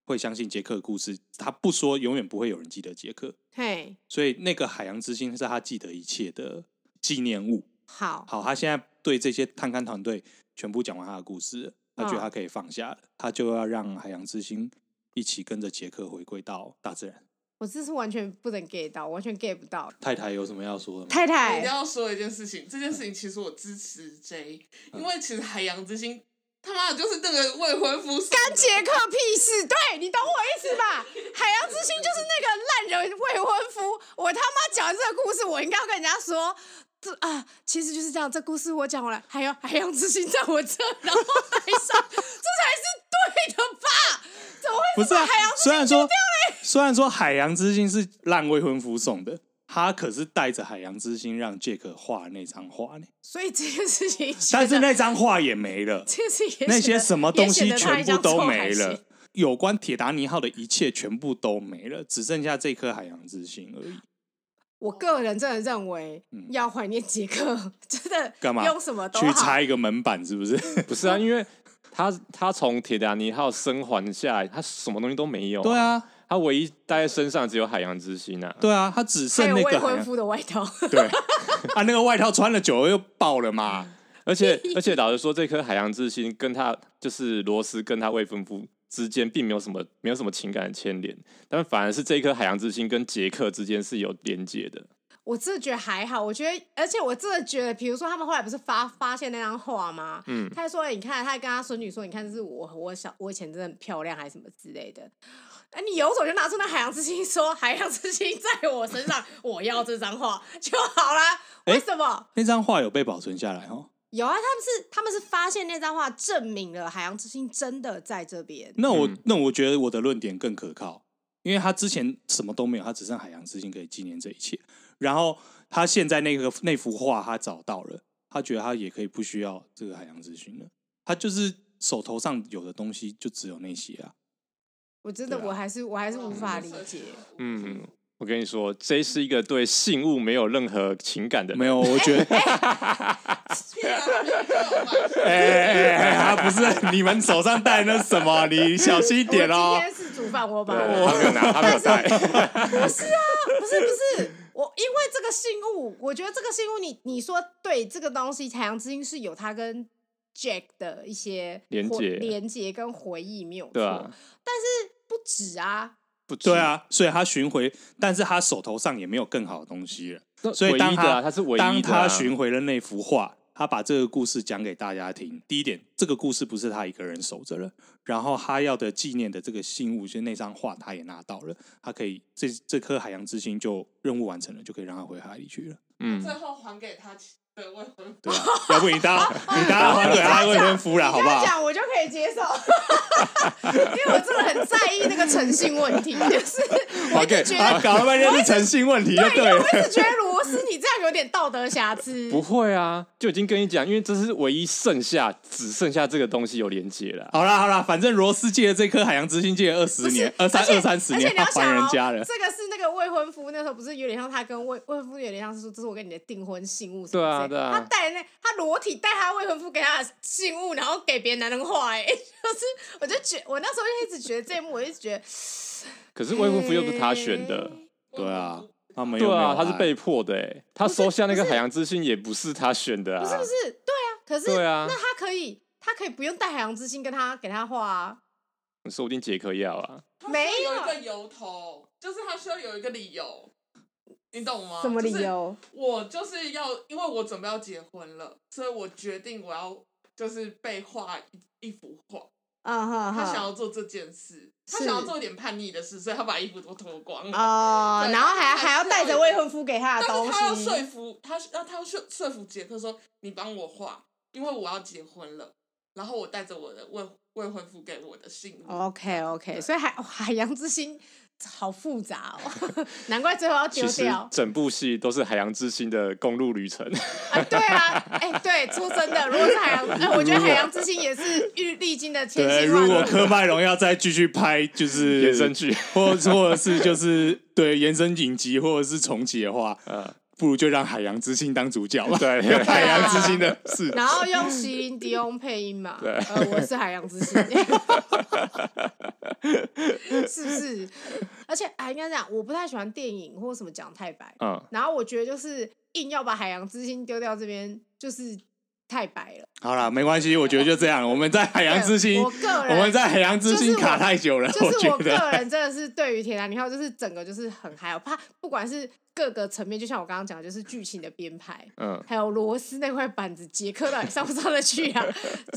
A: 会相信杰克的故事，他不说，永远不会有人记得杰克，
C: 嘿，
A: 所以那个海洋之心是他记得一切的纪念物。
C: 好，
A: 好，他现在对这些探勘团队全部讲完他的故事了，他觉得
C: 嗯
A: 他可以放下了，他就要让海洋之心一起跟着杰克回归到大自然。
C: 我这是完全不能 get 到，完全 get 不到。
A: 太太有什么要说的吗？
C: 太
D: 我一定
C: 太，
D: 要说一件事情，这件事情其实我支持 J，因
C: 嗯
D: 为其实海洋之心他妈的就是那个未婚夫送的
C: 干杰克屁事，对你懂我意思 吧？海洋之心就是那个烂人未婚夫，我他妈讲完这个故事，我应该要跟人家说。这啊，其实就是这样。这故事我讲完了，还有海洋之心在我这， 然后爱上，这才是对的 吧？怎么
A: 不
C: 会
A: 是
C: 把
A: 啊
C: 海洋，之
A: 虽
C: 心
A: 然说虽然说海洋之心是烂未婚夫送的，他可是带着海洋之心让杰克画那张画呢，
C: 所以这件事情显得，
A: 但是那张画也没了。
C: 这件事情也
A: 那
C: 显
A: 些
C: 得
A: 什么
C: 也
A: 东
C: 显
A: 西
C: 得他
A: 全
C: 一
A: 部
C: 张臭
A: 都
C: 海
A: 没了
C: 星。
A: 有关铁达尼号的一切全部都没了，只剩下这颗海洋之心而已。
C: 我个人真的认为，要怀念杰克，真的
A: 嗯干嘛
C: 用什么都
A: 去
C: 好。
A: 拆一个门板是不 是？
B: 不是啊，因为他他从铁达尼号生还下来，他什么东西都没有、
A: 对，啊，
B: 他唯一带在身上只有海洋之心啊。
A: 对啊，他只
C: 还
A: 剩
C: 有
A: 那
C: 未
A: 个海
C: 婚
A: 洋
C: 夫的外套，
A: 对啊，那个外套穿了久了又爆了嘛。
B: 而且而且老实说，这颗海洋之心跟他就是罗斯跟他未婚夫之间并没有什么没有什么情感的牵连，但反而是这颗海洋之心跟杰克之间是有连接的。
C: 我真的觉得还好。我觉得，而且我真的觉得，比如说他们后来不是发发现那张画吗？
B: 嗯
C: 他还说：“你看，他还跟他孙女说，你看，这是我我小我以前真的很漂亮，还是什么之类的。”啊！你有种就拿出那海洋之心说，海洋之心在我身上，我要这张画就好啦。为什么？
A: 那张画有被保存下来哦。
C: 有啊，他们是他们是发现那张画，证明了海洋之心真的在这边。
A: 那我、
B: 嗯
A: 那我觉得我的论点更可靠，因为他之前什么都没有，他只剩海洋之心可以纪念这一切。然后他现在那个那幅画他找到了，他觉得他也可以不需要这个海洋之心了。他就是手头上有的东西就只有那些啊。
C: 我真的
A: 对啊
C: 我还是哦我还是无法理解。
B: 嗯，我跟你说，J 是一个对信物没有任何情感的人。
A: 没有，我觉得
D: 天啊你知道吗
A: 哎哎哎，他不是你们手上戴那什么，你小心一点
C: 我
A: 哦
C: 今。天是煮饭锅吧？
B: 对，
C: 我
B: 他没有拿，他没有带。
C: 不是啊，不是不是，我因为这个信物，我觉得这个信物你，你说对这个东西，海洋之心是有它跟 Jack 的一些
B: 连
C: 回
B: 结
C: 连结跟回忆没有错，
B: 对啊，
C: 但是不止啊，
B: 不止
A: 对，啊，所以他巡回，但是他手头上也没有更好的东西了。 所以
B: 唯
A: 当
B: 一的
A: 他、
B: 啊，他是唯一的啊。
A: 当他巡回了那幅画，他把这个故事讲给大家听。第一点，这个故事不是他一个人守着了，然后他要的纪念的这个信物，就是那张画，他也拿到了，他可以这这颗海洋之心就任务完成了，就可以让他回海里去了。
B: 嗯
D: 最，后还给他的未婚夫。
A: 对 啊，要不你当你当还给他未婚夫了，好
C: 你
A: 不
C: 这样
A: 好？
C: 讲我就可以接受，因为我真的很在意那个诚信问题，就是 我一直 觉
A: 他
C: 得。哎
A: 搞了半天是诚信问题，就对了。
C: 我一直觉得罗斯你这样有点道德瑕疵，
B: 不会啊，就已经跟你讲，因为这是唯一剩下只剩下这个东西有连接了。 啊
A: 好啦好啦，反正罗斯借了这颗海洋之心，借了二十
C: 不是
A: 年，二三
C: 而且
A: 二三十
C: 而且
A: 年，
C: 你
A: 他
C: 要想
A: 还人
C: 哦
A: 家了。
C: 这个是那个未婚夫那时候不是有点像他跟未未婚夫有点像是说这是我跟你的订婚信物什么之类
B: 对啊对啊
C: 他带那他裸体带他未婚夫给他的信物，然后给别的男人画、哎， 就是我就觉我那时候就一直觉得这一幕，我一直觉得
B: 可是未婚夫又不是他选的，
A: 对啊，他没有
B: 对
A: 没有
B: 啊，他是
A: 爱
B: 被迫的、欸，他收下那个海洋之心也不是他选的啊，
C: 嗯不是不是对啊，可是
B: 对啊
C: 那他可以他可以不用带海洋之心跟他给他画啊，
B: 嗯说不定杰克要啊，
D: 他
C: 没
D: 需要
C: 有
D: 一个由头，就是他需要有一个理由，你懂吗？
C: 什么理
D: 就是
C: 由？
D: 我就是要，因为我准备要结婚了，所以我决定我要就是被画一一幅画。
C: 啊哈
D: 他想
C: 哈
D: 要做这件事，他
C: 是
D: 想要做一点叛逆的事，所以他把衣服都脱光了。
C: 哦，
D: 对
C: 然后还
D: 他还
C: 还要
D: 是
C: 带
D: 要
C: 着
D: 有
C: 未婚夫给他的
D: 但
C: 东
D: 是
C: 西，
D: 他要说服他，要他要说说服杰克说：“你帮我画，因为我要结婚了。”然后我带着我的未未婚夫给我的信物。
C: OK OK，
D: 对
C: 所以海海洋之心好复杂哦， 难怪最后要丢
B: 其实
C: 掉
B: 整部戏都是海洋之心的公路旅程，
C: 啊啊！对啊，哎、对，说真的，如果是海洋，哎、我觉得海洋之心也也是历历经的千
A: 对，
C: 辛
A: 如
C: 万
A: 果
C: 苦。
A: 科麦隆要再继续拍，就是
B: 衍生，剧，
A: 或或者是就是对延伸影集或者是重启的话，
B: 呃，
A: 不如就让《海洋之心》当主角吧。
B: 对
A: 用海洋之心》的事。
C: 啊然后用席琳迪翁配音嘛，
B: 对
C: 呃，我是海洋之 心，是不是？而且啊，应该这样，我不太喜欢电影或什么讲太白，
B: 嗯，
C: 然后我觉得就是硬要把海洋之心丢掉这边，就是太白了。
A: 好啦，没关系，我觉得就这样。我们在《海洋之心
C: 对哎我》，个
A: 我
C: 人
A: 们在《海洋之
C: 就是
A: 心》
C: 我
A: 卡太久了，
C: 就
A: 我
C: 是
A: 觉
C: 我个
A: 得。
C: 人真的是对于《铁达尼号》就是整个就是很嗨，我哦怕不管是各个层面，就像我刚刚讲的，就是剧情的编排，
B: 嗯，
C: 还有螺丝那块板子，杰克到底上不上得去 啊？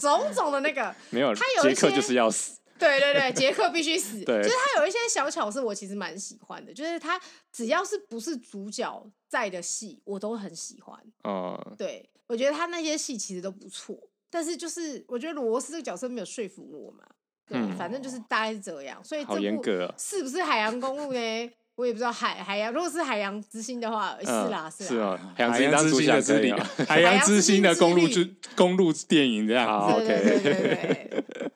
C: 种种的那个，
B: 没有，
C: 他有一
B: 杰克
C: 些
B: 就是要死，
C: 对对对，杰克必 须死。
B: 对
C: 就是他有一些小巧思，我其实蛮喜欢的，就是他只要是不是主角在的戏，我都很喜欢。
B: 嗯，
C: 对我觉得他那些戏其实都不错，但是就是我觉得罗斯这个角色没有说服我嘛。对，
B: 嗯
C: 反正就是大概是这样，所以这
B: 好严
C: 部
B: 格啊
C: 是不是海洋公路呢？ 我也不知道海海洋，如果是海洋之心的话，是
B: 嗯
C: 啦是
B: 是
C: 啦，
B: 啊，海洋之
A: 海
B: 心
A: 洋
B: 当
A: 之
B: 主
A: 心
B: 角
A: 的
B: 可
A: 之
B: 以
A: 旅
B: 啊，，
A: 海洋之心的公路
C: 之
A: 之公路电影这样。
B: 好
C: 对对
B: 哦
C: 对
B: OK，
C: 对对，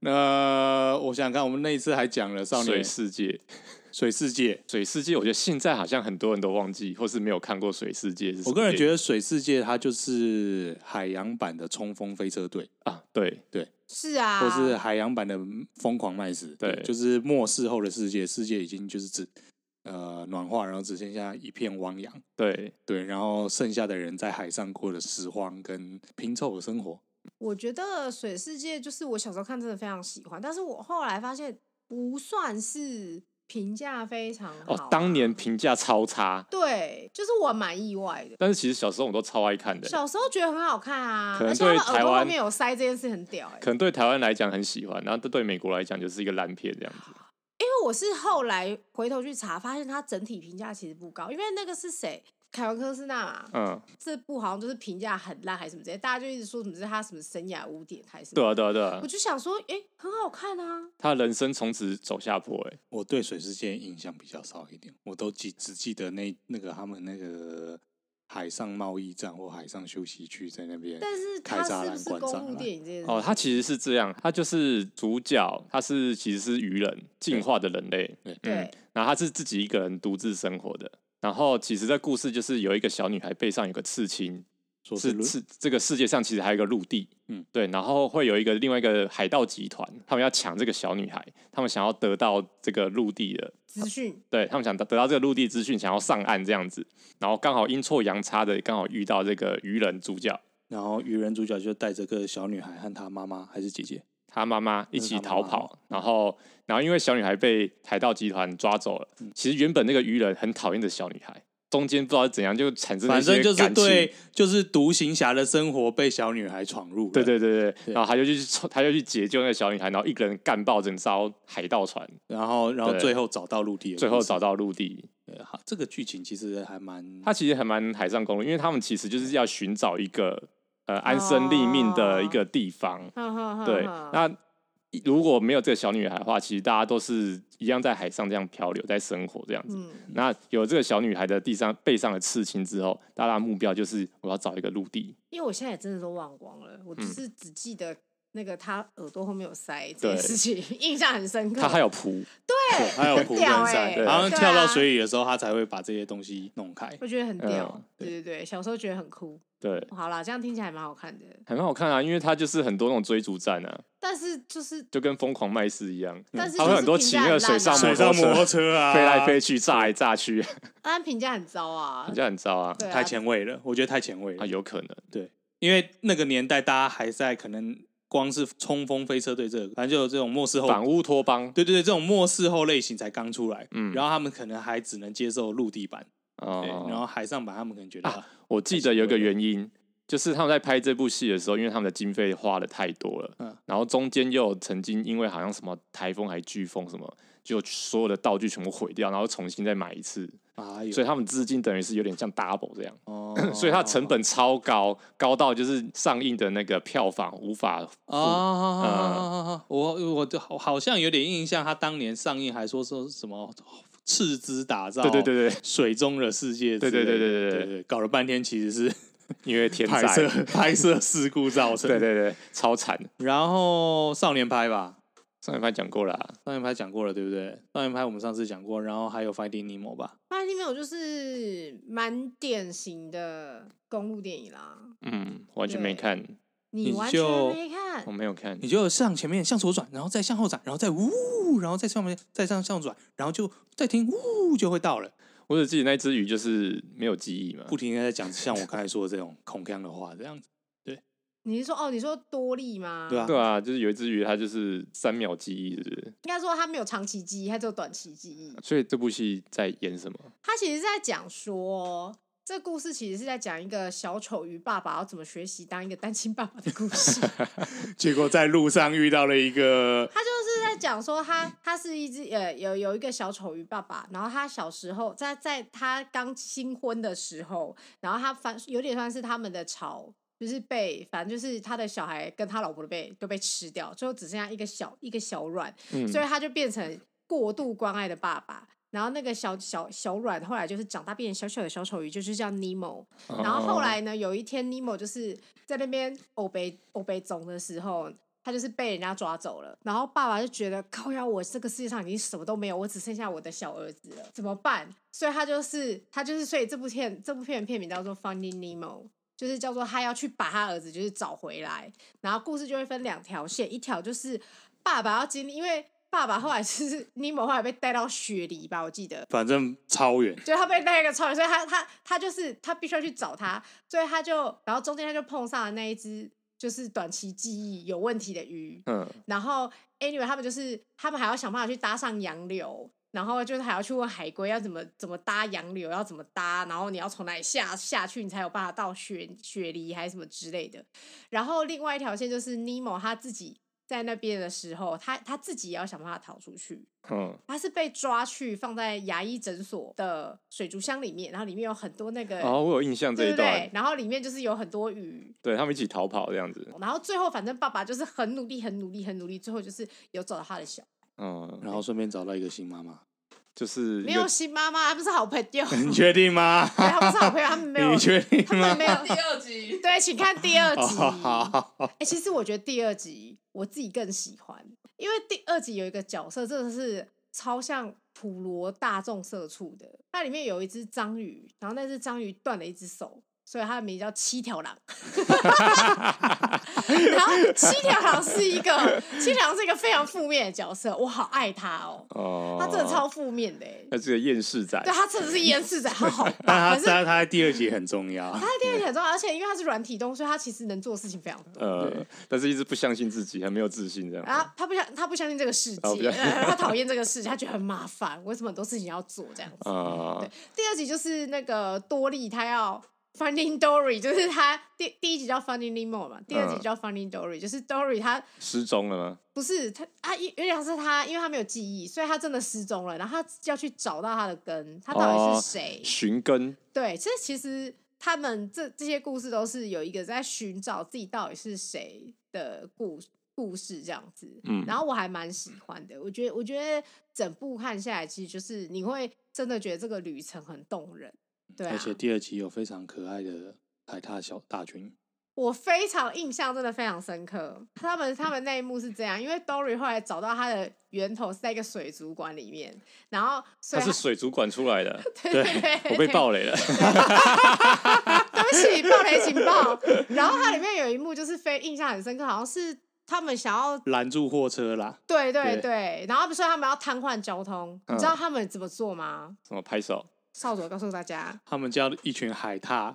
A: 那、我想想看，我们那一次还讲了少
B: 水
A: 年
B: 世界，
A: 水世界，
B: 水世界，我觉得现在好像很多人都忘记，或是没有看过水世界是什么
A: 我个人
B: 电
A: 觉
B: 影
A: 得水世界它就是海洋版的冲锋飞车队，
B: 啊，对，
C: 是啊，
A: 或是海洋版的疯狂麦斯，
B: 对
A: 就是末世后的世界，世界已经就是只呃暖化，然后只剩下一片汪洋，
B: 对，
A: 对，然后剩下的人在海上过的拾荒跟拼凑的生活。
C: 我觉得《水世界》就是我小时候看，真的非常喜欢，但是我后来发现不算是评价非常好、啊
B: 哦，当年评价超差，
C: 对，就是我蛮意外的。
B: 但是其实小时候我都超爱看的，
C: 小时候觉得很好看啊，
B: 可能
C: 而且他们
B: 对台
C: 耳朵后
B: 湾
C: 面有塞这件事很屌哎、
B: 可能对台湾来讲很喜欢，然后对美国来讲就是一个烂片这样子。
C: 因为我是后来回头去查，发现它整体评价其实不高，因为那个是谁？凯文·科斯纳嘛，
B: 嗯，
C: 这部好像就是评价很烂还是什么之类，大家就一直说什么是他什么生涯污点还是什
B: 对
C: 么，
B: 啊，对啊，对啊
C: 我，就想说，哎、很好看啊，
B: 他人生从此走下坡、欸，
A: 我对水世界印象比较少一点，我都记只记得那那个他们那个海上贸易站或海上休息区在那边，
C: 但是
A: 开
C: 它
A: 栅
C: 是
A: 栏啊
C: 不是
A: 关栅
C: 公路
A: 栏
C: 电影这件事情？
B: 哦，他其实是这样，他就是主角，他是其实是鱼人，进化的人类，
A: 对
C: 对
B: 嗯，然后他是自己一个人独自生活的。然后其实这故事就是有一个小女孩背上有个刺青，
A: 说
B: 是
A: 轮
B: 是这个世界上其实还有一个陆地，
A: 嗯
B: 嗯，对，然后会有一个另外一个海盗集团，他们要抢这个小女孩，他们想要得到这个陆地的
C: 资讯
B: 对他们想得得到这个陆地资讯，想要上岸这样子，然后刚好阴错阳差的刚好遇到这个渔人主角
A: 然后鱼人主角就带着个小女孩和她妈妈还是姐姐，
B: 他妈妈一
A: 那
B: 起
A: 是他妈
B: 逃
A: 妈
B: 跑，然后然后因为小女孩被海盗集团抓走了，
A: 嗯
B: 其实原本那个渔人很讨厌这小女孩，中间不知道怎样就产生了
A: 反
B: 一些
A: 正就是
B: 感情
A: 对，就是独行侠的生活被小女孩闯入了。
B: 对对对对，
A: 对
B: 然后他就去冲他就去解救那个小女孩，然后一个人干爆整艘海盗船，
A: 然后然后
B: 对
A: 最后找到陆地的故事，
B: 最后找到陆地，
A: 对好这个剧情其实还蛮
B: 它其实还蛮海上公路，因为他们其实就是要寻找一个呃安身立命
A: 哦
B: 的一个地方。
C: 哈哈哈
B: 对，
C: 哈
B: 那一如果没有这个小女孩的话，其实大家都是一样在海上这样漂流，在生活这样子。
C: 嗯，
B: 那有这个小女孩的地上背上的刺青之后，大家的目标就是我要找一个陆地。
C: 因为我现在也真的都忘光了，我
B: 嗯
C: 就是只记得那个他耳朵后面有塞这
B: 对
C: 件事情， 印象很深刻。
B: 她还有蹼，
A: 还有仆
C: 屌
A: 人赛，
C: 欸
B: 对
A: 好像
C: 对
A: 跳到
C: 啊
A: 水里的时候，他才会把这些东西弄开。
C: 我觉得很屌，
B: 嗯
C: 对对对，小时候觉得很酷。
B: 对，
C: 好啦，这样听起来还蛮好看的，
B: 很好看啊，因为它就是很多那种追逐战啊，
C: 但是就是
B: 就跟疯狂麦斯一样，
C: 但是
B: 它
C: 就
B: 会
C: 是
B: 很多
C: 评
B: 骑
C: 价
B: 那个
C: 很
B: 水
C: 烂
B: 上
C: 啊
B: 摩
A: 水上摩托
B: 托车。
A: 车啊，
B: 飞来飞去，炸来炸去，
C: 但评价很糟啊
B: 人。家很糟啊！
C: 对啊
A: 太，前卫了，我觉得太前卫
B: 啊，
A: 了。
B: 有可能，
A: 因为那个年代，大家还在可能光是冲锋飞车队这个，反正就有这种末世后，
B: 反乌托邦，
A: 哦对对对，这种末世后类型才刚出来，
B: 嗯
A: 然后他们可能还只能接受陆地版，对，
B: 哦，
A: 然后海上版他们可能觉得
B: 啊我记得有一个原因，就是他们在拍这部戏的时候，因为他们的经费花的太多了，
A: 嗯
B: 然后中间又有曾经因为好像什么台风还飓风什么，就所有的道具全部毁掉，然后重新再买一次，
A: 啊，有
B: 所以他们资金等于是有点像 double 这样，
A: 哦
B: 所以它成本超高，高到就是上映的那个票房无法付。
A: 啊，我我就好好像有点印象，他当年上映还说说什么斥资打造，
B: 对对对对
A: 水中的世界之
B: 对
A: 类的，
B: 对对对对
A: 对
B: 对
A: 搞了半天其实是
B: 因为天
F: 拍摄
B: 灾，
F: 拍摄事故造成。
B: 对对对，超惨。
F: 然后少年拍吧，
B: 上一番讲过了、啊，
F: 少年拍讲过了，对不对？少年拍我们上次讲过，然后还有 Finding Nemo 吧，
C: 发现没有，就是蛮典型的公路电影啦。
B: 嗯，完全没看，
C: 你
F: 你
C: 完全
F: 就
C: 没看
B: 我，没有看
F: 你。就向前面向左转，然后再向后转，然后再呜，然后再上面再向向转，然后就再停呜就会到了。
B: 我只记得那只鱼就是没有记忆嘛，
F: 不停的在讲像我刚才说的这种恐腔的话，这样子，
C: 你是说哦？你说多利吗？
F: 对啊
B: 对啊，就是有一只鱼，它就是三秒记忆，是不是？
C: 应该说他没有长期记忆，他只有短期记忆。
B: 所以这部戏在演什么？
C: 他其实在讲说，这故事其实是在讲一个小丑鱼爸爸要怎么学习当一个单亲爸爸的故事。
F: 结果在路上遇到了一个
C: 他就是在讲说他，他是一只呃有有一个小丑鱼爸爸，然后他小时候在在他刚新婚的时候，然后他反有点算是他们的巢，就是被反正就是他的小孩跟他老婆都被都被吃掉，最后只剩下一个小一个小卵，
B: 嗯，
C: 所以他就变成过度关爱的爸爸。然后那个小小小软后来就是长大变成小小的小丑鱼，就是叫尼莫。然后后
B: 哦
C: 来呢，有一天尼莫就是在那边欧北欧北总的时候，他就是被人家抓走了。然后爸爸就觉得靠呀，我这个世界上已经什么都没有，我只剩下我的小儿子了，怎么办？所以他就是他就是，所以这部片这部片的片名叫做《Finding Nemo》。就是叫做他要去把他儿子就是找回来，然后故事就会分两条线，一条就是爸爸要经历，因为爸爸后来就是 尼莫后来被带到雪梨吧，我记得，
F: 反正超远，
C: 就是他被那个超人，所以他他他就是他必须要去找他，所以他就然后中间他就碰上了那一只就是短期记忆有问题的鱼，
B: 嗯，
C: 然后 anyway 他们就是他们还要想办法去搭上洋流，然后就是还要去问海龟要怎么怎么搭洋流，要怎么搭，然后你要从哪里下下去，你才有办法到雪雪梨还是什么之类的。然后另外一条线就是尼莫他自己在那边的时候，他他自己也要想办法逃出去，
B: 嗯，
C: 他是被抓去放在牙医诊所的水族箱里面，然后里面有很多那个，
B: 哦，我有印象这
C: 对
B: 一
C: 不
B: 段，
C: 对？然后里面就是有很多鱼，
B: 对他们一起逃跑这样子，
C: 然后最后反正爸爸就是很努力、很努力、很努力，最后就是有找到他的小，
B: 嗯，
F: 然后顺便找到一个新妈 妈。
B: 就是
C: 没
B: 一个
C: 有新妈妈，他们是好朋友，
F: 你
C: 对，
F: 确定吗？
C: 他们是好朋友，他们没 有
F: 你，确定
C: 他
F: 吗
C: 们？没有。
D: 第二集
C: 对，请看第
B: 哦
C: 二集。
F: 好 好好，
C: 哎、其实我觉得第二集我自己更喜欢，因为第二集有一个角色真的是超像普罗大众社畜的，它里面有一只章鱼，然后那只章鱼断了一只手。所以它的名字叫七条狼， 然后七条狼是一个七条狼是一个非常负面的角色，我好爱他哦，
B: 哦，
C: 他真的超负面的欸、
B: 那这个厌世仔，
C: 对啊他真的是厌世仔，他好
F: 但
C: 棒，
F: 他
C: 可是
F: 但他在第二集很重要
C: 他。在电影很重要，而且因为他是软体动物，所以他其实能做的事情非常多。
B: 呃，但是一直不相信自己，很没有自信这样。
C: 然后他不相他不相信这个世
B: 哦不
C: 界，
B: 相
C: 呃 他讨厌这个世界，他觉得很麻烦，为什么很多事情要做这样子？
B: 啊
C: 对，第二集就是那个多利，他 要 Finding Dory，就是他第第一集叫 Finding Nemo 嘛，第二集
B: 嗯
C: 叫 Finding Dory，就是 Dory 他
B: 失踪了吗？
C: 不是他啊，有有点像是他，因为他没有记忆，所以他真的失踪了，然后他要去找到他的根，他到底
B: 哦
C: 是谁？
B: 寻根，
C: 对，这其实他们这这些故事都是有一个在寻找自己到底是谁的故故事这样子。
B: 嗯
C: 然后我还蛮喜欢的，我觉得我觉得整部看下来，其实就是你会真的觉得这个旅程很动人。对啊
F: 而，且第二集有非常可爱的海獭小大群，
C: 我非常印象真的非常深刻。他们他们那一幕是这样，因为 Dory 后来找到他的源头是在一个水族馆里面，然后所
B: 他
C: 以
B: 哦是水族馆出来的，
C: 对 对对，
B: 我被爆雷了。
C: 对不起，暴雷警报。然后它里面有一幕就是非印象很深刻，好像是他们想要
F: 拦住货车啦，
C: 对对
F: 对
C: 对，然后不是他们要瘫痪交通，你知道他们怎么做吗？
B: 什么拍手？
C: 少佐告诉大家，
F: 他们叫一群海獭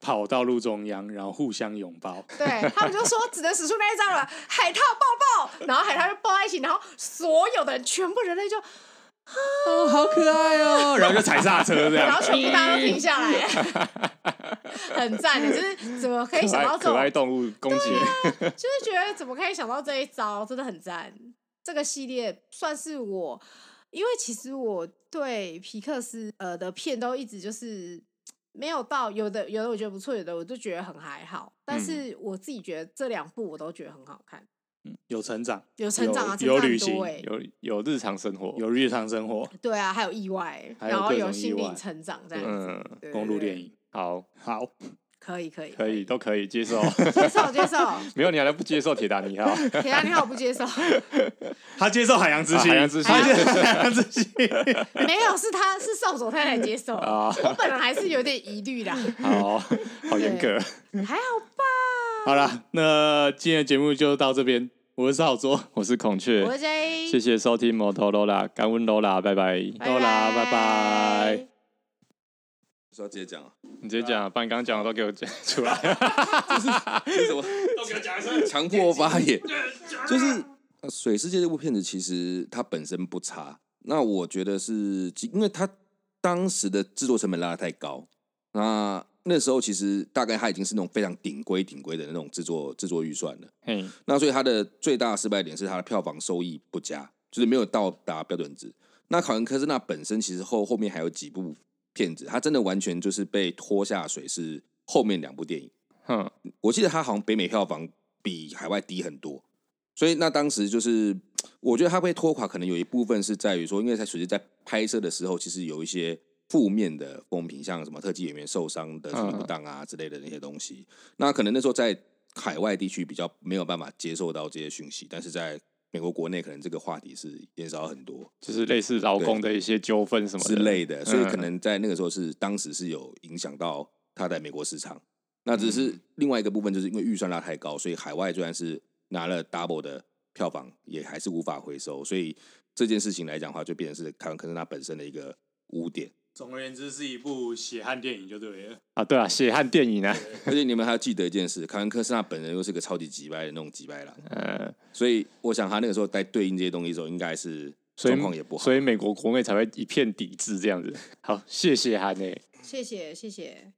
F: 跑到路中央，然后互相拥 抱。
C: 对他们就说只能使出那一招了，海獭抱抱，然后海獭就抱在一起，然后所有的人全部人类就，
F: 哦，好可爱哦！然后就踩刹车这
C: 然
F: 样
C: 后。全部大家都停下来，很赞的，就是怎么可以
B: 可
C: 想到
B: 爱
C: 这种
B: 可爱动物攻击，
C: 啊就是觉得怎么可以想到这一招，真的很赞。这个系列算是我，因为其实我对皮克斯呃的片都一直就是没有到有的有的我觉得不错，有的我就觉得很还好。但
F: 嗯
C: 是我自己觉得这两部我都觉得很好看，
F: 有成长，
C: 有成长啊，成
F: 有有
C: 长很
F: 旅
C: 多
F: 行
C: 欸
B: 有有日常生活，
F: 有日常生活，
C: 对啊，还有意外，
F: 还有
C: 然后
F: 各
C: 有
F: 种意
C: 心灵
F: 外
C: 成长这样子。
B: 嗯，
C: 对
F: 公路电，影。
B: 好，
F: 好，
C: 可以 可以，
B: 可以，都可以 接受。
C: 接受接受。
B: 没有你还不接受铁达尼号？
C: 铁达尼号我不接受，
F: 他接受海洋之
B: 啊
F: 心，
B: 海洋之心
F: 他接受海洋之心。
C: 没有是他是少佐太太接受，
B: 啊，
C: 我本来还是有点疑虑的，
B: 好好严格。
F: 嗯
C: 还好吧。
F: 好了，那今天的节目就到这边，我是少佐，
B: 我是孔雀，
C: 我是 J，
B: 谢谢收听摩托罗拉，感恩罗拉，拜拜。
F: 多啦拜拜。
E: 是要直接讲啊？
B: 你直接讲，把你刚刚讲的都给我讲出 来。
E: 为什么？
A: 都给他讲一声。啊
E: 强迫发 言，就是呃《水世界》这部片子，其实它本身不差。那我觉得是因为它当时的制作成本拉得太高，那那时候其实大概它已经是那种非常顶规顶规的那种制作制作预算了。
B: 嘿，
E: 那所以它的最大的失败点是它的票房收益不佳，就是没有到达标准值。那考恩科斯纳本身其实后后面还有几部片子，他真的完全就是被拖下水，是后面两部电影。
B: 哼，
E: 我记得它好像北美票房比海外低很多，所以那当时就是，我觉得它被拖垮，可能有一部分是在于说，因为在水实在拍摄的时候，其实有一些负面的风评，像什么特技演员受伤的处理不当啊之类的那些东西。那可能那时候在海外地区比较没有办法接受到这些讯息，但是在美国国内可能这个话题是减少很多
B: 就是类似劳工的一些纠纷什么
E: 之
B: 的
E: 类的，所以可
B: 嗯
E: 能在那个时候是当时是有影响到它在美国市场。那只
B: 嗯
E: 是另外一个部分，就是因为预算拉太高，所以海外虽然是拿了 double 的票房，也还是无法回收。所以这件事情来讲的话，就变成是凯文·科斯纳本身的一个污点。
F: 总而言之，是一部血汗电影就对了。
B: 啊，对啊，血汗电影啊，
E: 而且你们还要记得一件事，凯文·科斯纳本人又是个超级急掰的那种急掰狼，
B: 呃，
E: 所以我想他那个时候在对应这些东西的时候，应该是
B: 所以
E: 状况也不好。
B: 所以美国国内才会一片抵制这样子。好，谢谢韩诶。
C: 谢谢谢谢。